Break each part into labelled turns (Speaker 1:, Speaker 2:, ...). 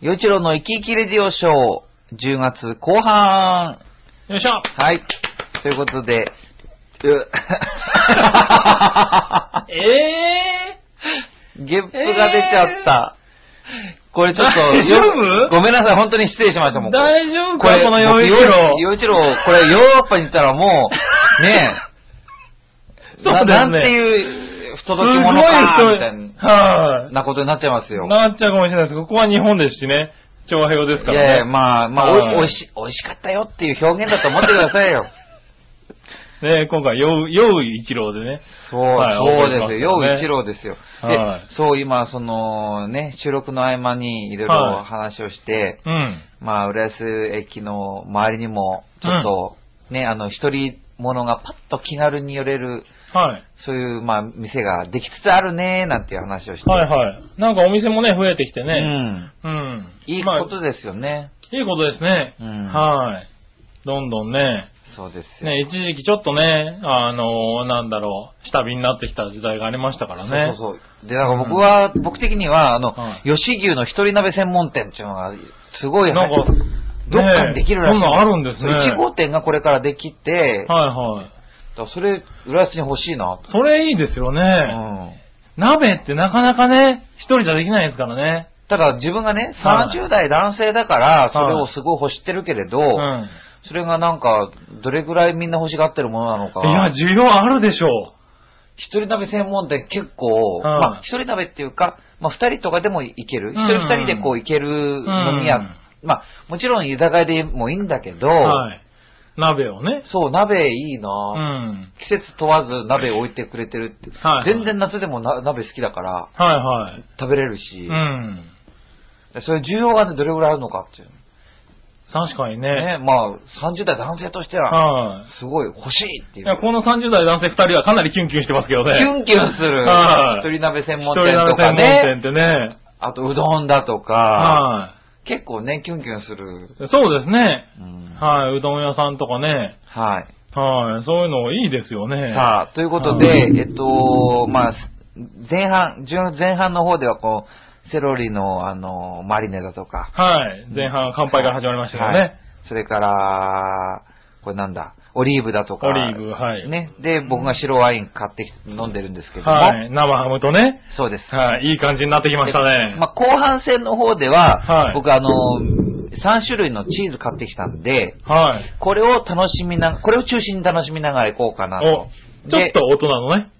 Speaker 1: 洋一郎の生き生きレディオショー、10月後半。
Speaker 2: よいし ょ
Speaker 1: はい。という ことで、う
Speaker 2: え
Speaker 1: ゲップが出ちゃった。これちょっと、
Speaker 2: 大丈夫
Speaker 1: ごめんなさい、本当に失礼しました
Speaker 2: ぇ、
Speaker 1: もん。
Speaker 2: 大丈夫
Speaker 1: こ
Speaker 2: か
Speaker 1: れ、
Speaker 2: この洋一
Speaker 1: 僕
Speaker 2: 郎。
Speaker 1: 洋一郎、これヨーロッパに行ったらも う、ねえ、
Speaker 2: そうだ
Speaker 1: なな
Speaker 2: よね
Speaker 1: んていう不届き者
Speaker 2: すご
Speaker 1: か、
Speaker 2: い
Speaker 1: みたい
Speaker 2: 人。はい、
Speaker 1: ななことになっちゃいますよ。
Speaker 2: なっちゃうかもしれないです。ここは日本ですしね。調和表です
Speaker 1: い
Speaker 2: からね。
Speaker 1: やいや、まあ、ま
Speaker 2: は
Speaker 1: あ、
Speaker 2: い
Speaker 1: おいし、 美味しかったよっていう表現だと思ってくださいよ。
Speaker 2: ね今回、よう、よう一郎でね。
Speaker 1: そう、
Speaker 2: はい
Speaker 1: そうですよ。陽
Speaker 2: 覚えてますよね
Speaker 1: 一郎ですよ。
Speaker 2: はい
Speaker 1: で、そう、今、その、ね、収録の合間にいろい
Speaker 2: は
Speaker 1: ろ
Speaker 2: い
Speaker 1: 話をして、
Speaker 2: うん。
Speaker 1: まあ、浦安駅の周りにも、ちょっと、ね、あの、一人物がパッと気軽に寄れる、
Speaker 2: はい。
Speaker 1: そういう、まあ、店ができつつあるね、なんていう話をして。
Speaker 2: はいはい。なんかお店もね、増えてきてね。うん。
Speaker 1: うん。いい
Speaker 2: まあ
Speaker 1: ことですよね。
Speaker 2: いいことですね。
Speaker 1: うん
Speaker 2: はい。どんどんね、
Speaker 1: そうですよ。
Speaker 2: ね、一時期ちょっとね、あのなんだろう、下火になってきた時代がありましたからね。
Speaker 1: そうそうそう。で、だから僕は、僕的には、あの、
Speaker 2: はい
Speaker 1: 吉牛の一人鍋専門店っていうのが、すごい、
Speaker 2: なんか、
Speaker 1: どっかにできるらしい。
Speaker 2: ねえそんなんあるんですね
Speaker 1: 1号店がこれからできて、だか
Speaker 2: はいはい。
Speaker 1: らそれ、浦安に欲しいなと。
Speaker 2: それいいですよね。
Speaker 1: うん
Speaker 2: 鍋ってなかなかね、一人じゃできないですからね。
Speaker 1: ただ自分がね、
Speaker 2: はい
Speaker 1: 30代男性だから、
Speaker 2: い
Speaker 1: それをすごい欲してるけれど、
Speaker 2: うん。
Speaker 1: それがなんか、どれぐらいみんな欲しがってるものなのか。
Speaker 2: いや、需要あるでしょ
Speaker 1: 一人鍋専門店結構、
Speaker 2: ん
Speaker 1: まあ一人鍋っていうか、まあ二人とかでもいける。
Speaker 2: ん
Speaker 1: 一人二人でこういける飲み屋。
Speaker 2: うん
Speaker 1: まあもちろん居酒屋でもいいんだけど、
Speaker 2: う。はい。鍋をね。
Speaker 1: そう、鍋いいうな、
Speaker 2: ん。
Speaker 1: 季節問わず鍋置いてくれてるって。
Speaker 2: はい
Speaker 1: 全然夏でもな鍋好きだから
Speaker 2: はいはい。
Speaker 1: 食べれるし、
Speaker 2: うん。
Speaker 1: それ需要がねどれぐらいあるのかっていう。
Speaker 2: 確かにね。
Speaker 1: ね、まあ30代男性としては、
Speaker 2: は
Speaker 1: すごい欲しいって
Speaker 2: い。
Speaker 1: い。
Speaker 2: いうや、この30代男性2人はかなりキュンキュンしてますけどね。
Speaker 1: キュンキュンする。
Speaker 2: はい
Speaker 1: 一人鍋専
Speaker 2: 一
Speaker 1: 門
Speaker 2: 人
Speaker 1: 店と
Speaker 2: 鍋
Speaker 1: か
Speaker 2: 専門店
Speaker 1: ね。
Speaker 2: ってね。
Speaker 1: あとうどんだとか。
Speaker 2: は
Speaker 1: 結構ね、キュンキュンする。
Speaker 2: い。そうですね。
Speaker 1: うん
Speaker 2: はい。うどん屋さんとかね。
Speaker 1: はい。
Speaker 2: はい。そういうのいいですよね。
Speaker 1: さあ、ということで、
Speaker 2: はい
Speaker 1: えっと、まあ、す前半、順前半の方では、こう、セロリの、あの、マリネだとか。
Speaker 2: はい。前半乾杯から始まりましたけど
Speaker 1: はい
Speaker 2: ね。
Speaker 1: それから、これなんだ、オリーブだとか。
Speaker 2: オリーブ、はい。
Speaker 1: ね。で、僕が白ワイン買ってきて飲んでるんですけども。
Speaker 2: はい。生ハムとね。
Speaker 1: そうです。
Speaker 2: はい。いい感じになってきましたね
Speaker 1: で。まあ、後半戦の方では、
Speaker 2: はい
Speaker 1: 僕あの、3種類のチーズ買ってきたんで、
Speaker 2: はい。
Speaker 1: これを楽しみな、これを中心に楽しみながらいこうかなと。
Speaker 2: お、ちょっと大人のね。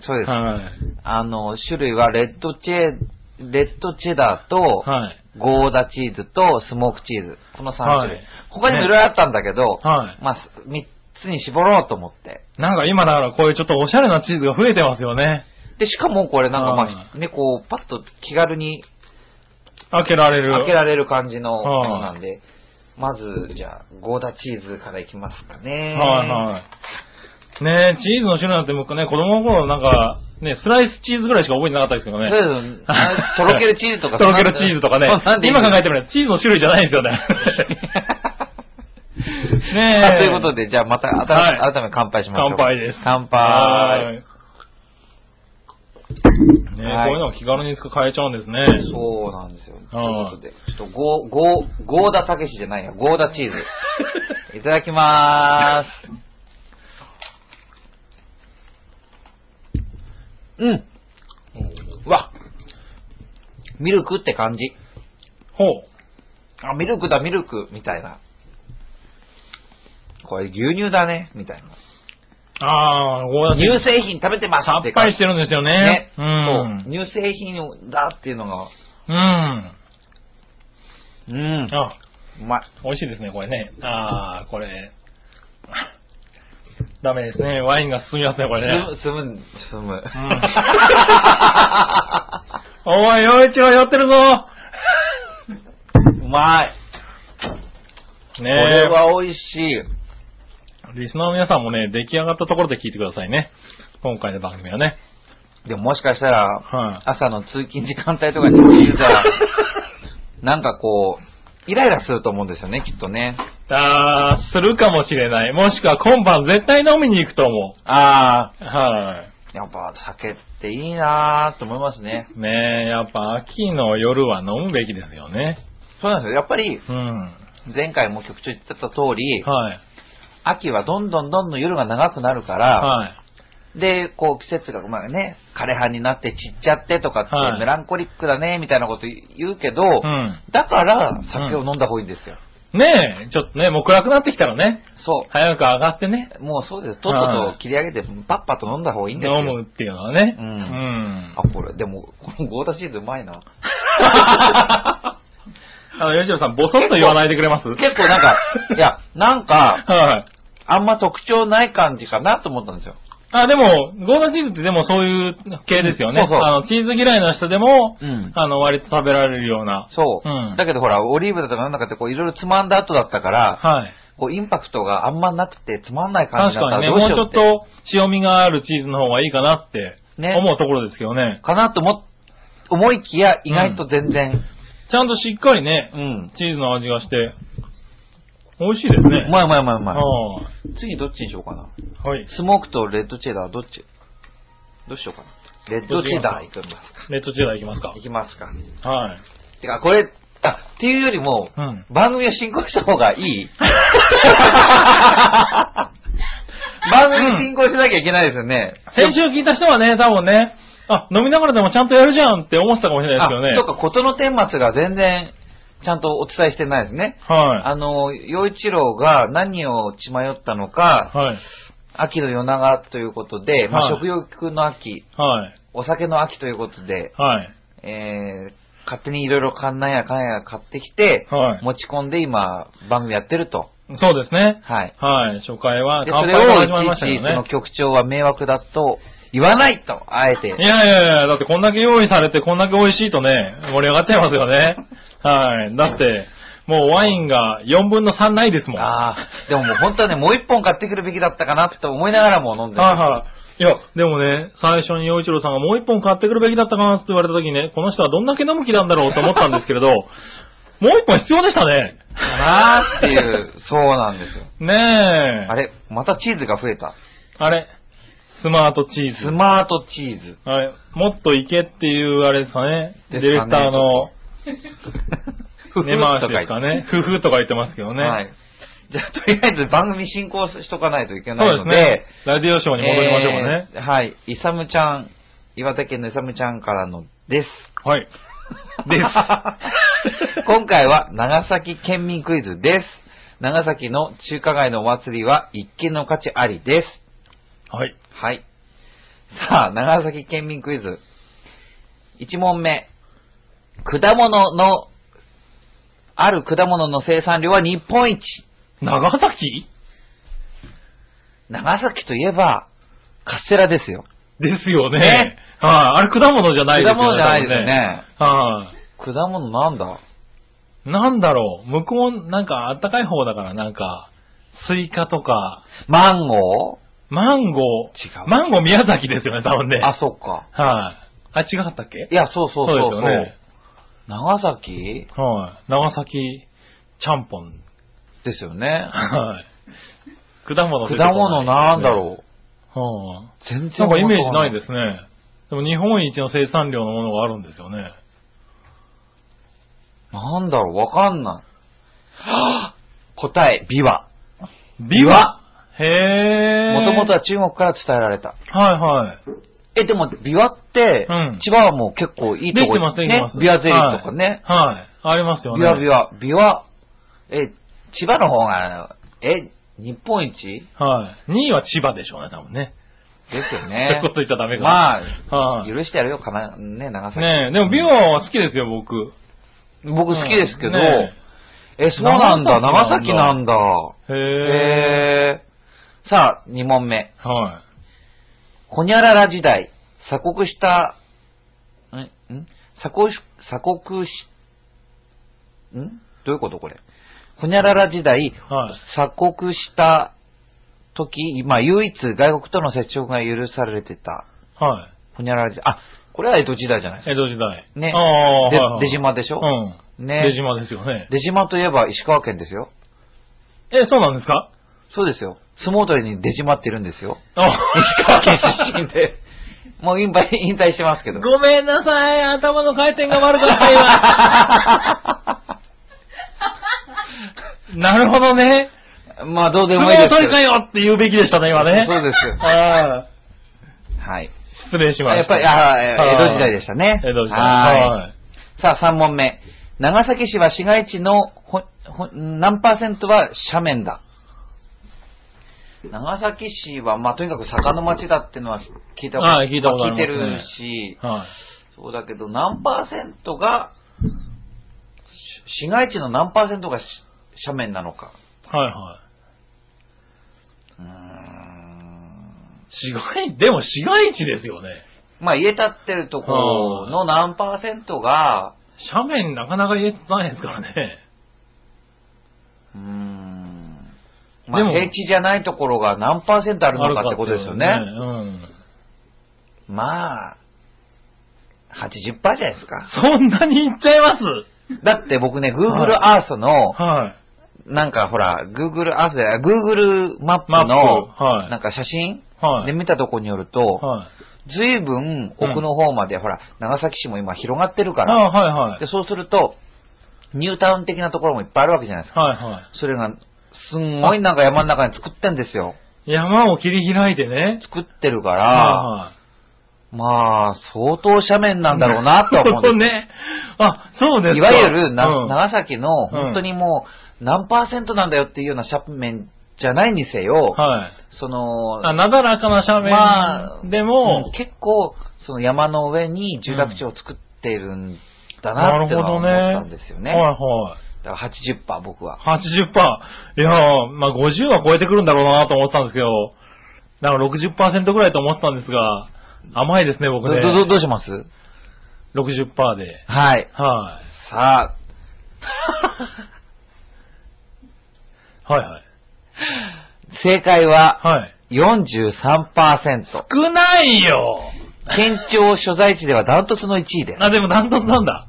Speaker 1: そうです。
Speaker 2: はい。
Speaker 1: あの、種類はレッドチェ、レッドチェダーと、
Speaker 2: はい。
Speaker 1: ゴーダチーズとスモークチーズ。この3種類。
Speaker 2: はい
Speaker 1: 他にもいろいろあったんだけど、
Speaker 2: はい
Speaker 1: まあ、3つに絞ろうと思って。
Speaker 2: なんか今だからこういうちょっとおしゃれなチーズが増えてますよね。
Speaker 1: で、しかもこれなんかま
Speaker 2: は
Speaker 1: あ、ね、こう、パッと気軽に
Speaker 2: 開けられる。
Speaker 1: 開けられる感じのも
Speaker 2: はい
Speaker 1: のなんで、まず、じゃあ、ゴーダチーズからいきますかね。
Speaker 2: はいはい。ねえ、チーズの種類なんて僕ね、子供の頃なんか、ね、スライスチーズぐらいしか覚えてなかったですけど
Speaker 1: そ
Speaker 2: ね
Speaker 1: う。 ですあ とろけるチーズとか
Speaker 2: とろけるチーズとかね
Speaker 1: そんなん。でいい
Speaker 2: 今 考えてみればチーズの種類じゃないんですよね。ねえ
Speaker 1: さあということで、じゃあまた、改め
Speaker 2: はい
Speaker 1: 改め乾杯しましょう。
Speaker 2: 乾杯です
Speaker 1: 乾
Speaker 2: は
Speaker 1: 杯。
Speaker 2: い。ねえ、
Speaker 1: はい
Speaker 2: こういうのを気軽に使えちゃうんですね。
Speaker 1: そうなんですよ。ということで、ちょっとゴー、ゴー、ゴーダたけしじゃないや、ゴーダチーズ。いただきまーす。うん。うわ。ミルクって感じ。
Speaker 2: ほう。
Speaker 1: あ、ミルクだ、ミルク、みたいな。これ牛乳だね、みたいな。
Speaker 2: ああ、ゴーダチーズ
Speaker 1: 乳製品食べてます
Speaker 2: さ
Speaker 1: って
Speaker 2: っ
Speaker 1: 感じ
Speaker 2: ぱりしてるんですよね。
Speaker 1: ね。
Speaker 2: う
Speaker 1: そ
Speaker 2: ん。
Speaker 1: う。乳製品だっていうのが、
Speaker 2: うん。あ、
Speaker 1: うん。うまい。
Speaker 2: 美味しいですね、これね。ああ、これ。ダメですね。ワインが進みますね、これね。
Speaker 1: すむ、すむ、すむ。
Speaker 2: んおい、洋一は酔って るぞ
Speaker 1: うまい。これ
Speaker 2: ね
Speaker 1: は美味しい。
Speaker 2: え、リスナーの皆さんもね、出来上がったところで聞いてくださいね。今回の番組はね。
Speaker 1: でももしかしたら、
Speaker 2: は
Speaker 1: 朝の通勤時間帯とかに聞いた ら、なんかこう、イライラすると思うんですよね、きっとね。
Speaker 2: い。あー、するかもしれない。もしくは今晩絶対飲みに行くと思
Speaker 1: あ
Speaker 2: う。はい。
Speaker 1: あ。やっぱ酒っていいなーと思いますね。
Speaker 2: ねえ、やっぱ秋の夜は飲むべきですよね。
Speaker 1: そうなんですよ。やっぱり、
Speaker 2: うん。
Speaker 1: 前回も局長言ってた通り、
Speaker 2: はい。
Speaker 1: 秋はどんどんどんどん夜が長くなるから、
Speaker 2: はい。
Speaker 1: で、こう季節が、まあね、枯れ葉になって散っちゃってとかって、
Speaker 2: はい
Speaker 1: メランコリックだね、みたいなこと言うけど、
Speaker 2: うん。
Speaker 1: だから酒を飲んだ方がいいんですよ。
Speaker 2: ねえ、ちょっとね、もう暗くなってきたらね、
Speaker 1: そ
Speaker 2: 早く上がってね、
Speaker 1: う。もうそうです。とっとと切り上げて、パッパと飲んだ方がいいんですよ。
Speaker 2: 飲むっていうのはね。
Speaker 1: う
Speaker 2: うんん。
Speaker 1: あ、これ、でも、このゴーダシーズンうまい な。
Speaker 2: あの、吉野さん、ボソッと言わないでくれます
Speaker 1: 結構なんか、いや、なんか、
Speaker 2: はい。
Speaker 1: あんま特徴ない感じかなと思ったんですよ。
Speaker 2: あ、でも、ゴーダチーズってでもそういう系ですよね。
Speaker 1: うんそうそう
Speaker 2: あの、チーズ嫌いな人でも、
Speaker 1: うん
Speaker 2: あの、割と食べられるような。
Speaker 1: そう。
Speaker 2: うん
Speaker 1: だけどほら、オリーブだとかなんだかってこういろいろつまんだ後だったから、
Speaker 2: はい。
Speaker 1: こうインパクトがあんまなくてつまんない感
Speaker 2: 確
Speaker 1: じだった
Speaker 2: からにね、
Speaker 1: ど
Speaker 2: も
Speaker 1: う
Speaker 2: う
Speaker 1: し
Speaker 2: ち
Speaker 1: よ
Speaker 2: ょ
Speaker 1: うっ。
Speaker 2: ってと塩味があるチーズの方がいいかなって、
Speaker 1: ね
Speaker 2: 思うところですけどね。
Speaker 1: かなと思っ、思いきや意外と全然、
Speaker 2: ちゃんとしっかりね
Speaker 1: う、ん。
Speaker 2: チーズの味がして、美味しいですね。
Speaker 1: うまいうまいうまいうまい。
Speaker 2: は
Speaker 1: 次どっちにしようかな。
Speaker 2: いはい。
Speaker 1: スモークとレッドチェダーどっちどうしようかな。レッドチェダーいきますか。
Speaker 2: レッドチェダーいきますか
Speaker 1: い。きますか。
Speaker 2: はい。
Speaker 1: てか、これ、あ、っていうよりも、
Speaker 2: うん。
Speaker 1: 番組を進行した方がい い番組進行しなきゃいけないですよね。
Speaker 2: 先週聞いた人はね、多分ね、あ、飲みながらでもちゃんとやるじゃんって思ってたかもしれないですけどね
Speaker 1: あ、。そうか、事の顛末が全然、ちゃんとお伝えしてないですね。
Speaker 2: は
Speaker 1: あの、洋一郎が何を血迷ったのか
Speaker 2: い。、はい。
Speaker 1: 秋の夜長ということで、まあ、
Speaker 2: はい
Speaker 1: 食欲の秋、
Speaker 2: はい。
Speaker 1: お酒の秋ということで、
Speaker 2: はい。
Speaker 1: えー、勝手にいろいろ勘なんやかんや買ってきて、
Speaker 2: はい
Speaker 1: 持ち込んで今、番組やってると。
Speaker 2: そうですね。
Speaker 1: はい。
Speaker 2: はい。初回は、
Speaker 1: で、そ
Speaker 2: 乾
Speaker 1: れ
Speaker 2: 杯
Speaker 1: を
Speaker 2: が
Speaker 1: い
Speaker 2: 始まりまし
Speaker 1: ち
Speaker 2: た
Speaker 1: い
Speaker 2: け
Speaker 1: ち
Speaker 2: ど
Speaker 1: その
Speaker 2: ね。
Speaker 1: 局長は迷惑だと言わないと、あえて。
Speaker 2: いやいやいや、だってこんだけ用意されて、こんだけ美味しいとね、盛り上がっちゃいますよね。はい。だって、もうワインが4分の3ないですもん。
Speaker 1: ああ、でももう本当はね、もう一本買ってくるべきだったかなって思いながらも飲んでる。
Speaker 2: はいはい。いや、でもね、最初に洋一郎さんがもう一本買ってくるべきだったかなって言われた時にね、この人はどんだけ飲む気なんだろうと思ったんですけれど、も う一本必要でしたね。
Speaker 1: かなーっていう、そうなんですよ。
Speaker 2: ねえ。
Speaker 1: あれ、またチーズが増えた。
Speaker 2: あれスマートチーズ
Speaker 1: ス。マートチーズ。
Speaker 2: はい。もっといけっていう、あれですかね。
Speaker 1: ですかね
Speaker 2: ディレクターの
Speaker 1: ふふ
Speaker 2: 根回しで
Speaker 1: と
Speaker 2: すかね。ふふとか言ってますけどね。
Speaker 1: はい。じゃあ、とりあえず番組進行しとかないといけ
Speaker 2: そ
Speaker 1: ないう
Speaker 2: です
Speaker 1: ので
Speaker 2: ね、。ラジオショーに戻りましょうかね。
Speaker 1: えーはい。イサムちゃん、岩手県のイサムちゃんからのです。
Speaker 2: はい。です
Speaker 1: 今回は長崎県民クイズです。長崎の中華街のお祭りは一見の価値ありです。
Speaker 2: はい。
Speaker 1: はい。さあ、長崎県民クイズ。1問目。果物の、ある果物の生産量は日本一。
Speaker 2: 長崎
Speaker 1: 長崎といえば、カステラですよ。
Speaker 2: ですよね。
Speaker 1: ね
Speaker 2: はい。あれ果物じゃないで
Speaker 1: 果
Speaker 2: すよね。
Speaker 1: 物じゃないですよね
Speaker 2: 多分ね。はい。
Speaker 1: 果物なんだ
Speaker 2: なんだろう。向こう、なんかあったかい方だから、なんか、スイカとか、
Speaker 1: マンゴ
Speaker 2: マンゴー。
Speaker 1: 違う
Speaker 2: マンゴー宮崎ですよね、多分ね
Speaker 1: ー。あ、そっか。
Speaker 2: はい。あ、違かったっけ
Speaker 1: いや、そうそうそうそう。
Speaker 2: ですよね。
Speaker 1: 長崎
Speaker 2: はい。長崎、ちゃんぽん。
Speaker 1: ですよね。
Speaker 2: はい。果物出てこ
Speaker 1: 果物なんだろ
Speaker 2: う。は
Speaker 1: う。全
Speaker 2: い。
Speaker 1: 然
Speaker 2: な
Speaker 1: わ
Speaker 2: んか
Speaker 1: か
Speaker 2: イ
Speaker 1: ん。
Speaker 2: メージないですすね。でも日本一の生産量のものがあるんですよね。
Speaker 1: なんだろう、わかんない。答え、ビワ。
Speaker 2: ビワへー。
Speaker 1: もともとは中国から伝えられた。
Speaker 2: はいはい。
Speaker 1: え、でも、ビワって、
Speaker 2: うん
Speaker 1: 千葉はもう結構いい
Speaker 2: で
Speaker 1: と
Speaker 2: き
Speaker 1: こ
Speaker 2: てます、できてます。
Speaker 1: ね。ビワゼリーとかね。
Speaker 2: はい。はい。ありますよね。
Speaker 1: ビワビ。ワ。ビワ、え、千葉の方が、え、日本一で
Speaker 2: はい。2位は千葉でしょうね、多分ね。
Speaker 1: すよ
Speaker 2: そうい
Speaker 1: ね
Speaker 2: うこ。と言っちゃダメか。
Speaker 1: まあ、
Speaker 2: はい。
Speaker 1: 許してやるよ、かな、ね、長崎。
Speaker 2: ねえ、でもビワは好きですよ、僕。
Speaker 1: 僕好きですけど、
Speaker 2: ね
Speaker 1: え、そうなんだ、長
Speaker 2: 長
Speaker 1: 崎
Speaker 2: 崎
Speaker 1: な
Speaker 2: なん
Speaker 1: だ。
Speaker 2: えへえ。
Speaker 1: へー。さあ、2問目。
Speaker 2: は
Speaker 1: ほにゃらら時代、鎖国した、んん鎖国し、鎖国し、んどういうことこれ。ほにゃらら時代、
Speaker 2: はい
Speaker 1: 鎖国した時、今唯一外国との接触が許されてた、
Speaker 2: い。はい。
Speaker 1: ほにゃらら時代、あ、これは江戸時代じゃないです
Speaker 2: 江戸時代。
Speaker 1: か。ね。
Speaker 2: ああ、
Speaker 1: で
Speaker 2: はいはい
Speaker 1: 出島でしょ、
Speaker 2: うん。
Speaker 1: ね
Speaker 2: 出島ですよね。
Speaker 1: 出島といえば石川県ですよ。
Speaker 2: え、そうなんですか
Speaker 1: そうですよ。相撲取りに出島っているんですよ。
Speaker 2: あ
Speaker 1: 石川県出身 で。もう引退、引退してますけど。
Speaker 2: ごめんなさい、頭の回転が悪かった今。 なるほどね。
Speaker 1: まあ、どうで
Speaker 2: 相
Speaker 1: もいいです
Speaker 2: 撲取りかよって言うべきでしたね、今ね。
Speaker 1: そうです
Speaker 2: はい
Speaker 1: はい。
Speaker 2: 失礼しま
Speaker 1: あやっ
Speaker 2: した。
Speaker 1: ぱり、あ江戸時代でしたね。
Speaker 2: 江戸時代。
Speaker 1: はい。
Speaker 2: い。
Speaker 1: さあ、3問目。長崎市は市街地のほほ何パーセントは斜面だ長崎市は、まあ、とにかく坂の町だってのは聞いたこと
Speaker 2: はい聞いたことありますね
Speaker 1: まあ聞いてるし、
Speaker 2: はい。
Speaker 1: そうだけど、何パーセントが、し市街地の何パーセントがし斜面なのか。
Speaker 2: はいは
Speaker 1: うーん
Speaker 2: い。市街、でも市街地ですよね。
Speaker 1: まあ、家建ってるところの何パーセントが、
Speaker 2: 斜面なかなか言えないですからね。
Speaker 1: うーんま
Speaker 2: で
Speaker 1: あ、
Speaker 2: も
Speaker 1: 平地じゃないところが何パーセントあるのかってことですよね。
Speaker 2: あるかっていうね
Speaker 1: まあ、80%じゃないですか。
Speaker 2: うん。そんなに言っちゃいます
Speaker 1: だって僕ね、Google
Speaker 2: は
Speaker 1: Earth の、
Speaker 2: はい。
Speaker 1: なんかほら、Google Earth で、あ Google マップ
Speaker 2: マップ
Speaker 1: の、
Speaker 2: はい
Speaker 1: なんか写真
Speaker 2: はい
Speaker 1: で見たとこによると、
Speaker 2: はい。
Speaker 1: ずいぶん奥の方まで、ほら、長崎市も今広がってるか
Speaker 2: あ
Speaker 1: ら、
Speaker 2: はいはい。
Speaker 1: でそうすると、ニュータウン的なところもいっぱいあるわけじゃないですか。
Speaker 2: はいは
Speaker 1: それが、すんごいなんか山の中に作ってんですよ。
Speaker 2: い。山を切り開いてね。
Speaker 1: 作ってるか
Speaker 2: あ
Speaker 1: ら、まあ、相当斜面なんだろうなとは思うんですよ
Speaker 2: ね。あ、 そうですか
Speaker 1: いわゆるな、
Speaker 2: うん
Speaker 1: 長崎の本当にもう何パーセントなんだよっていうような斜面じゃないにせよ、
Speaker 2: はい。
Speaker 1: その、
Speaker 2: あ、なだらかな
Speaker 1: ま
Speaker 2: 斜
Speaker 1: あ
Speaker 2: 面でも
Speaker 1: うん、結構その山の上に住宅地を作っているんだ
Speaker 2: な
Speaker 1: な
Speaker 2: る
Speaker 1: ってのは
Speaker 2: ほど
Speaker 1: 思
Speaker 2: ね。
Speaker 1: ったんですよね。
Speaker 2: はいはい。
Speaker 1: だから80%僕は。
Speaker 2: 80%。いやー、まあ、50は超えてくるんだろうなと思ってたんですけど、だから60%ぐらいと思ってたんですが、甘いですね、僕
Speaker 1: ど
Speaker 2: ね。
Speaker 1: どどうします
Speaker 2: 60%で。
Speaker 1: はい。
Speaker 2: は
Speaker 1: さあ、
Speaker 2: い。はいはい。
Speaker 1: 正解は
Speaker 2: はい。
Speaker 1: 43%。
Speaker 2: 少ないよ
Speaker 1: 県庁所在地ではダントツの1位です。
Speaker 2: あ、でもダントツなんだ。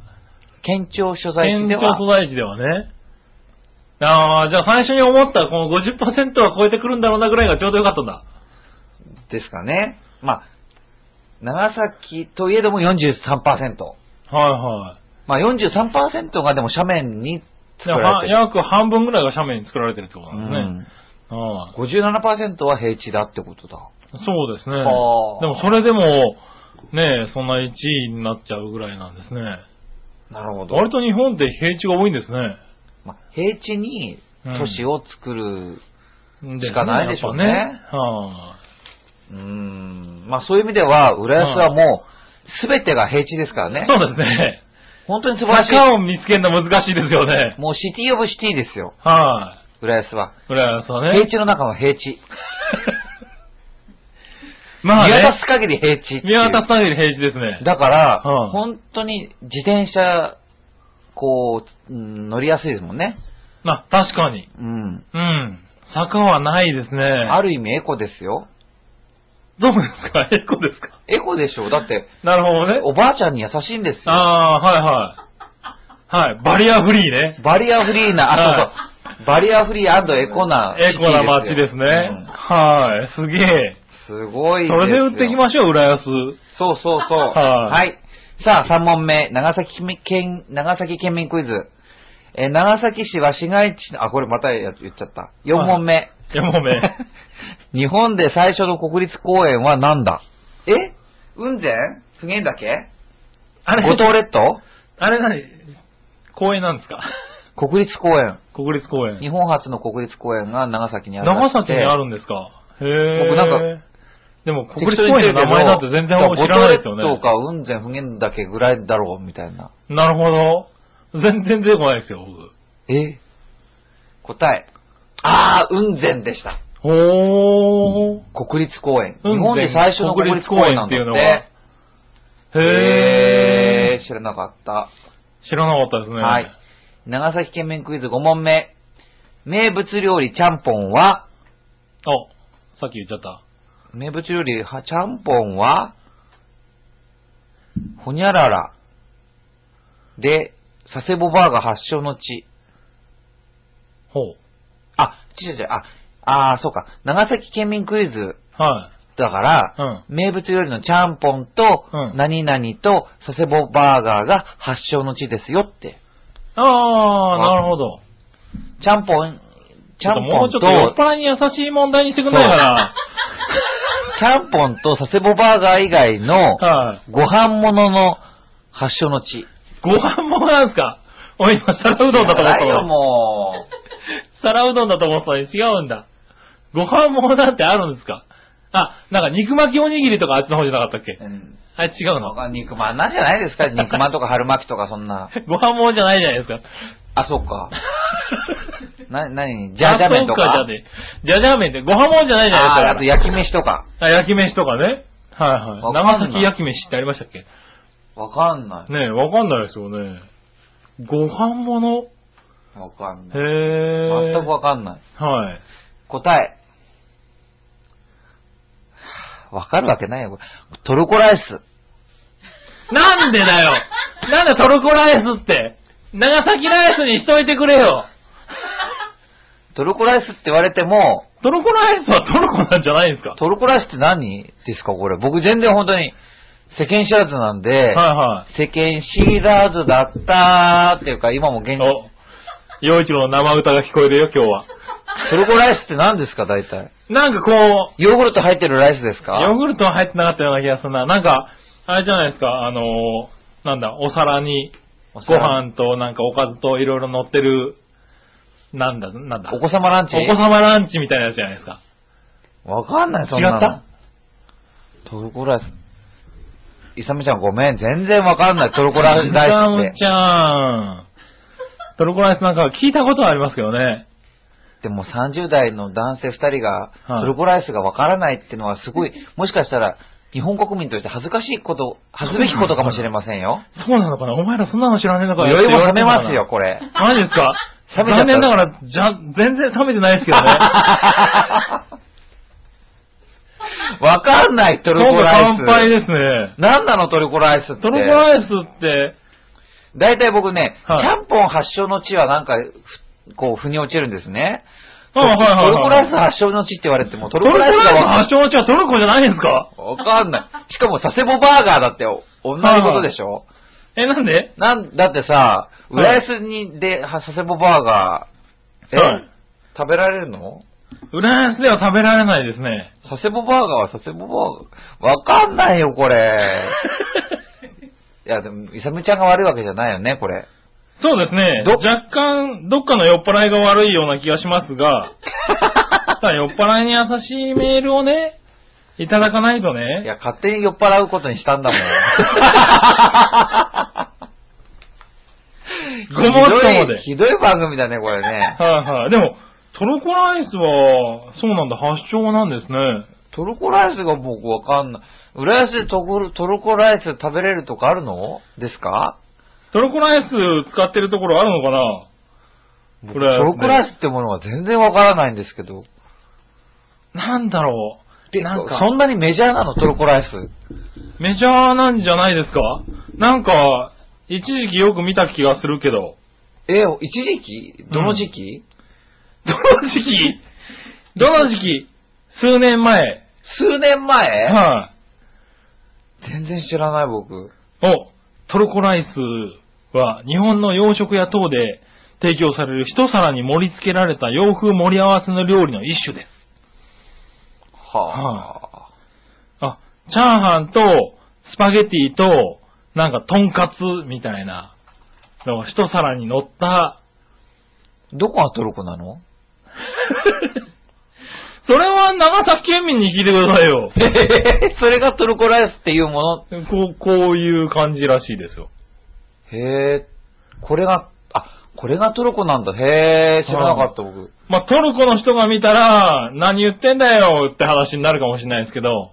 Speaker 1: 県庁所在地
Speaker 2: 県
Speaker 1: で
Speaker 2: 庁
Speaker 1: は。
Speaker 2: 所在地ではね。ああ、じゃあ最初に思ったこの50%は超えてくるんだろうなぐらいがちょうどよかったんだ。
Speaker 1: ですかね。まあ、長崎といえども43%。
Speaker 2: はいはい。
Speaker 1: まあ43%がでも斜面に
Speaker 2: じゃ
Speaker 1: 作ら
Speaker 2: あ
Speaker 1: れてる。
Speaker 2: 約半分ぐらいが斜面に作られてるってこと
Speaker 1: う
Speaker 2: なんですね
Speaker 1: ん、。
Speaker 2: はい
Speaker 1: 57%は平地だってことだ。
Speaker 2: そうですね。で
Speaker 1: はあ
Speaker 2: もそれでも、ねえ、そんな1位になっちゃうぐらいなんですね。
Speaker 1: なるほど。
Speaker 2: 割と日本って平地が多いんですね。
Speaker 1: まあ、平地に都市を作る、うしかないでしょうね
Speaker 2: やっぱは
Speaker 1: ーん、まあそういう意味では、浦安はもう、すべてが平地ですから
Speaker 2: あ
Speaker 1: ね。
Speaker 2: そうですね。
Speaker 1: 本当に素晴らしい。
Speaker 2: 坂を見つけるの難しいですよね。
Speaker 1: もうシティオブシティですよ、
Speaker 2: は
Speaker 1: 浦安は。
Speaker 2: い。浦安は
Speaker 1: 平
Speaker 2: ね。
Speaker 1: 地の中の平地。
Speaker 2: まあ
Speaker 1: 見
Speaker 2: ね。
Speaker 1: 渡す限り平地っていう。
Speaker 2: 見渡す限り平地ですね。
Speaker 1: だから、
Speaker 2: うん
Speaker 1: 本当に自転車、こう、うん乗りやすいですもんね。
Speaker 2: まあ確かに。
Speaker 1: うん。
Speaker 2: うん。坂はないですね。
Speaker 1: ある意味エコですよ。
Speaker 2: どうですかエコですか
Speaker 1: エコでしょだって、
Speaker 2: なるほどね。
Speaker 1: おばあちゃんに優しいんですよ。
Speaker 2: ああ、はいはい。はい。バリアフリーね。
Speaker 1: バリアフリーな、あ、そうそう。バリアフリーエコな
Speaker 2: エコな街ですね。はい。すげえ。
Speaker 1: すようんすごい
Speaker 2: それで売ってき
Speaker 1: すよ。
Speaker 2: ましょう、浦安。
Speaker 1: そうそうそう。
Speaker 2: はい
Speaker 1: はい。さあ、3問目。長崎県、長崎県民クイズ。えー長崎市は市街地の、あ、これまたや言っちゃった。4問目。
Speaker 2: いや、もうね。
Speaker 1: 日本で最初の国立公園は何だえ雲仙普賢岳
Speaker 2: あれ、
Speaker 1: 五島列島
Speaker 2: あれ何公園なんですか
Speaker 1: 国立公園。
Speaker 2: 国立公園。
Speaker 1: 日本初の国立公園が長崎にあるら
Speaker 2: 長
Speaker 1: しく
Speaker 2: 崎
Speaker 1: て。
Speaker 2: にあるんですかへえ。
Speaker 1: 僕なん
Speaker 2: か、でも国立公園の名前なんて全然知らないですよね
Speaker 1: 五島。列島か雲仙普賢岳ぐらいだろうみたいな。
Speaker 2: なるほど。全然出てこないですよ、僕。
Speaker 1: え答え。あー、雲仙でした。
Speaker 2: ほー。
Speaker 1: 国立公園。日
Speaker 2: 雲仙
Speaker 1: 本で最初の国立公園なんだ
Speaker 2: 国
Speaker 1: っ
Speaker 2: 立公園ってて。へ
Speaker 1: えー
Speaker 2: ー。
Speaker 1: 知らなかった。
Speaker 2: 知らなかったですね。
Speaker 1: はい。長崎県民クイズ5問目。名物料理ちゃんぽんは、
Speaker 2: あ、さっき言っちゃった。
Speaker 1: 名物料理はちゃんぽんは、ほにゃららで、佐世保バーが発祥の地。
Speaker 2: ほう。
Speaker 1: あ、違う違う、あ、あーそうか。長崎県民クイズ
Speaker 2: は
Speaker 1: だから、
Speaker 2: い。うん。
Speaker 1: 名物料理のちゃんぽんと
Speaker 2: う、ん
Speaker 1: 何々と佐世保バーガーが発祥の地ですよって。
Speaker 2: ああ、なるほど。
Speaker 1: ちゃんぽんちゃん
Speaker 2: も
Speaker 1: ぽ
Speaker 2: うんちょ
Speaker 1: と
Speaker 2: っと酔っ払いに優しい問題にしてくんない か
Speaker 1: ちゃんぽんと佐世保バーガー以外の
Speaker 2: ら。はい。
Speaker 1: ご飯物の発祥の地。
Speaker 2: ご飯もなんですかおい、今、皿うどんだと思っ
Speaker 1: 知ら
Speaker 2: た
Speaker 1: ないよ、
Speaker 2: の。
Speaker 1: も
Speaker 2: 皿うどんだと思ったのに違うんだ。ご飯もなんてあるんですかあ、なんか肉巻きおにぎりとかあっちの方じゃなかったっけ
Speaker 1: う。うん。
Speaker 2: はい、違うの。
Speaker 1: 肉まんなんじゃないです か肉まんとか春巻きとかそんな。
Speaker 2: ご飯もじゃないじゃないですか。
Speaker 1: あ、そうか。な、なにじゃじゃ麺と
Speaker 2: あ
Speaker 1: か
Speaker 2: そう。じゃあねじゃじゃ麺ってご飯もんじゃないじゃ
Speaker 1: あー、あ
Speaker 2: ない
Speaker 1: と
Speaker 2: ですか。
Speaker 1: 焼き飯とか。
Speaker 2: あ焼き飯とかね。はいはい。
Speaker 1: わかんな
Speaker 2: 長
Speaker 1: い
Speaker 2: 崎焼き飯ってありましたっけ
Speaker 1: わかんな
Speaker 2: ねえ、わかんないですよね。ご飯もの
Speaker 1: い。わかんない。
Speaker 2: へえ。
Speaker 1: 全くわかんない。
Speaker 2: はい。
Speaker 1: 答え。わかるわけないよ、これ。トルコライス。
Speaker 2: なんでだよ なんでトルコライスって長崎ライスにしといてくれよ
Speaker 1: トルコライスって言われても、
Speaker 2: トルコライスはトルコなんじゃないんですか
Speaker 1: トルコライスって何ですか、これ。僕全然本当に、世間知らずなんで、
Speaker 2: はいは
Speaker 1: 世間知らずだったーっていうか、今も現
Speaker 2: い。お、洋一郎の生歌が聞こえるよ、今日は。
Speaker 1: トルコライスって何ですか、大体。
Speaker 2: なんかこう、
Speaker 1: ヨーグルト入ってるライスです
Speaker 2: ヨー
Speaker 1: か
Speaker 2: グルトは入ってなかったような気がするな。なんか、あれじゃないですか、あのーなんだ、お皿に、
Speaker 1: お
Speaker 2: ご
Speaker 1: 皿
Speaker 2: 飯となんかおかずといろいろ乗ってる、なんだ、なんだ。
Speaker 1: お子様ランチ
Speaker 2: お子様ランチみたいなやつじゃないですか。
Speaker 1: わかんない、そんなの。
Speaker 2: 違った
Speaker 1: トルコライス。イサミちゃんごめん、全然わかんない、トルコライス大好
Speaker 2: イサム
Speaker 1: きっ
Speaker 2: ちゃん。トルコライスなんか聞いたことはありますけどね。
Speaker 1: て。でも30代の男性2人が、
Speaker 2: はい
Speaker 1: トルコライスがわからないっていうのはすごい、もしかしたら、日本国民として恥ずかしいこと、恥ずべきことかもしれませんよ。
Speaker 2: そうなのかなお前らそんなの知らねえのか
Speaker 1: 酔
Speaker 2: よ。
Speaker 1: いも冷めますよ、。これ。
Speaker 2: マジですか
Speaker 1: 冷めちゃった
Speaker 2: 残念ながら、じゃ、全然冷めてないですけどね。
Speaker 1: わかんない、トル
Speaker 2: 今
Speaker 1: コ
Speaker 2: 度
Speaker 1: ライス。
Speaker 2: 乾杯ですね。
Speaker 1: 何なの、トルコライスって。
Speaker 2: トルコライスって、
Speaker 1: 大体僕ね、
Speaker 2: はい
Speaker 1: ちゃんぽん発祥の地はなんか、ふこう、腑に落ちるんですね。
Speaker 2: あはいはいはい
Speaker 1: トルコライス発祥の地って言われても、トル
Speaker 2: トル
Speaker 1: コ
Speaker 2: コラ
Speaker 1: ライ
Speaker 2: イ
Speaker 1: ス
Speaker 2: ス
Speaker 1: が
Speaker 2: の
Speaker 1: わ
Speaker 2: 発祥の地はトルコじゃないんですか
Speaker 1: わかんない。しかも、佐世保バーガーだってお同じことでしょ、
Speaker 2: え、なんで
Speaker 1: なん、だってさ、
Speaker 2: い
Speaker 1: 浦安にで、は佐世保バーガー、え、
Speaker 2: はい
Speaker 1: 食べられるの
Speaker 2: 浦安では食べられないですね。
Speaker 1: 佐世保バーガーは佐世保バーガー。わかんないよ、これ。 いや、でも、イサムちゃんが悪いわけじゃないよね、これ。
Speaker 2: そうですね。
Speaker 1: ど
Speaker 2: 若干、どっかの酔っ払いが悪いような気がします が、ただ酔っ払いに優しいメールをね、いただかないと
Speaker 1: い
Speaker 2: ね。
Speaker 1: や、勝手に酔っ払うことにしたんだもん。
Speaker 2: ごもっともで。
Speaker 1: ひどい、ひどい番組だね、これね。
Speaker 2: はいはい。でも、トルコライスは、そうなんだ、発祥なんですね。
Speaker 1: トルコライスが僕わかんない。浦安でトルトルコライス食べれるとかあるのですか
Speaker 2: トルコライス使ってるところあるのかな
Speaker 1: 僕
Speaker 2: 浦安
Speaker 1: ト
Speaker 2: で
Speaker 1: ルコライスってものは全然わからないんですけど。
Speaker 2: なんだろ
Speaker 1: で、
Speaker 2: う。なんか、
Speaker 1: そんなにメジャーなの、トルコライス。
Speaker 2: メジャーなんじゃないですかなんか、一時期よく見た気がするけ ど。
Speaker 1: え、一時期どの時期、
Speaker 2: どの時期どの時期数年前。
Speaker 1: 数年前、
Speaker 2: は
Speaker 1: 全然知らない、僕。
Speaker 2: い。お、トルコライスは日本の洋食屋等で提供される一皿に盛り付けられた洋風盛り合わせの料理の一種です。
Speaker 1: はあ。
Speaker 2: あ、チャーハンとスパゲティとなんかトンカツみたいなのが一皿に乗った。
Speaker 1: どこがトルコなの
Speaker 2: それは長崎県民に聞いてくださいよ。
Speaker 1: それがトルコライスっていうもの。
Speaker 2: こう、こういう感じらしいですよ。
Speaker 1: へえ、これが、あ、これがトルコなんだ。へえ、知らなかった、僕。
Speaker 2: まあ、トルコの人が見たら、何言ってんだよって話になるかもしれないですけど、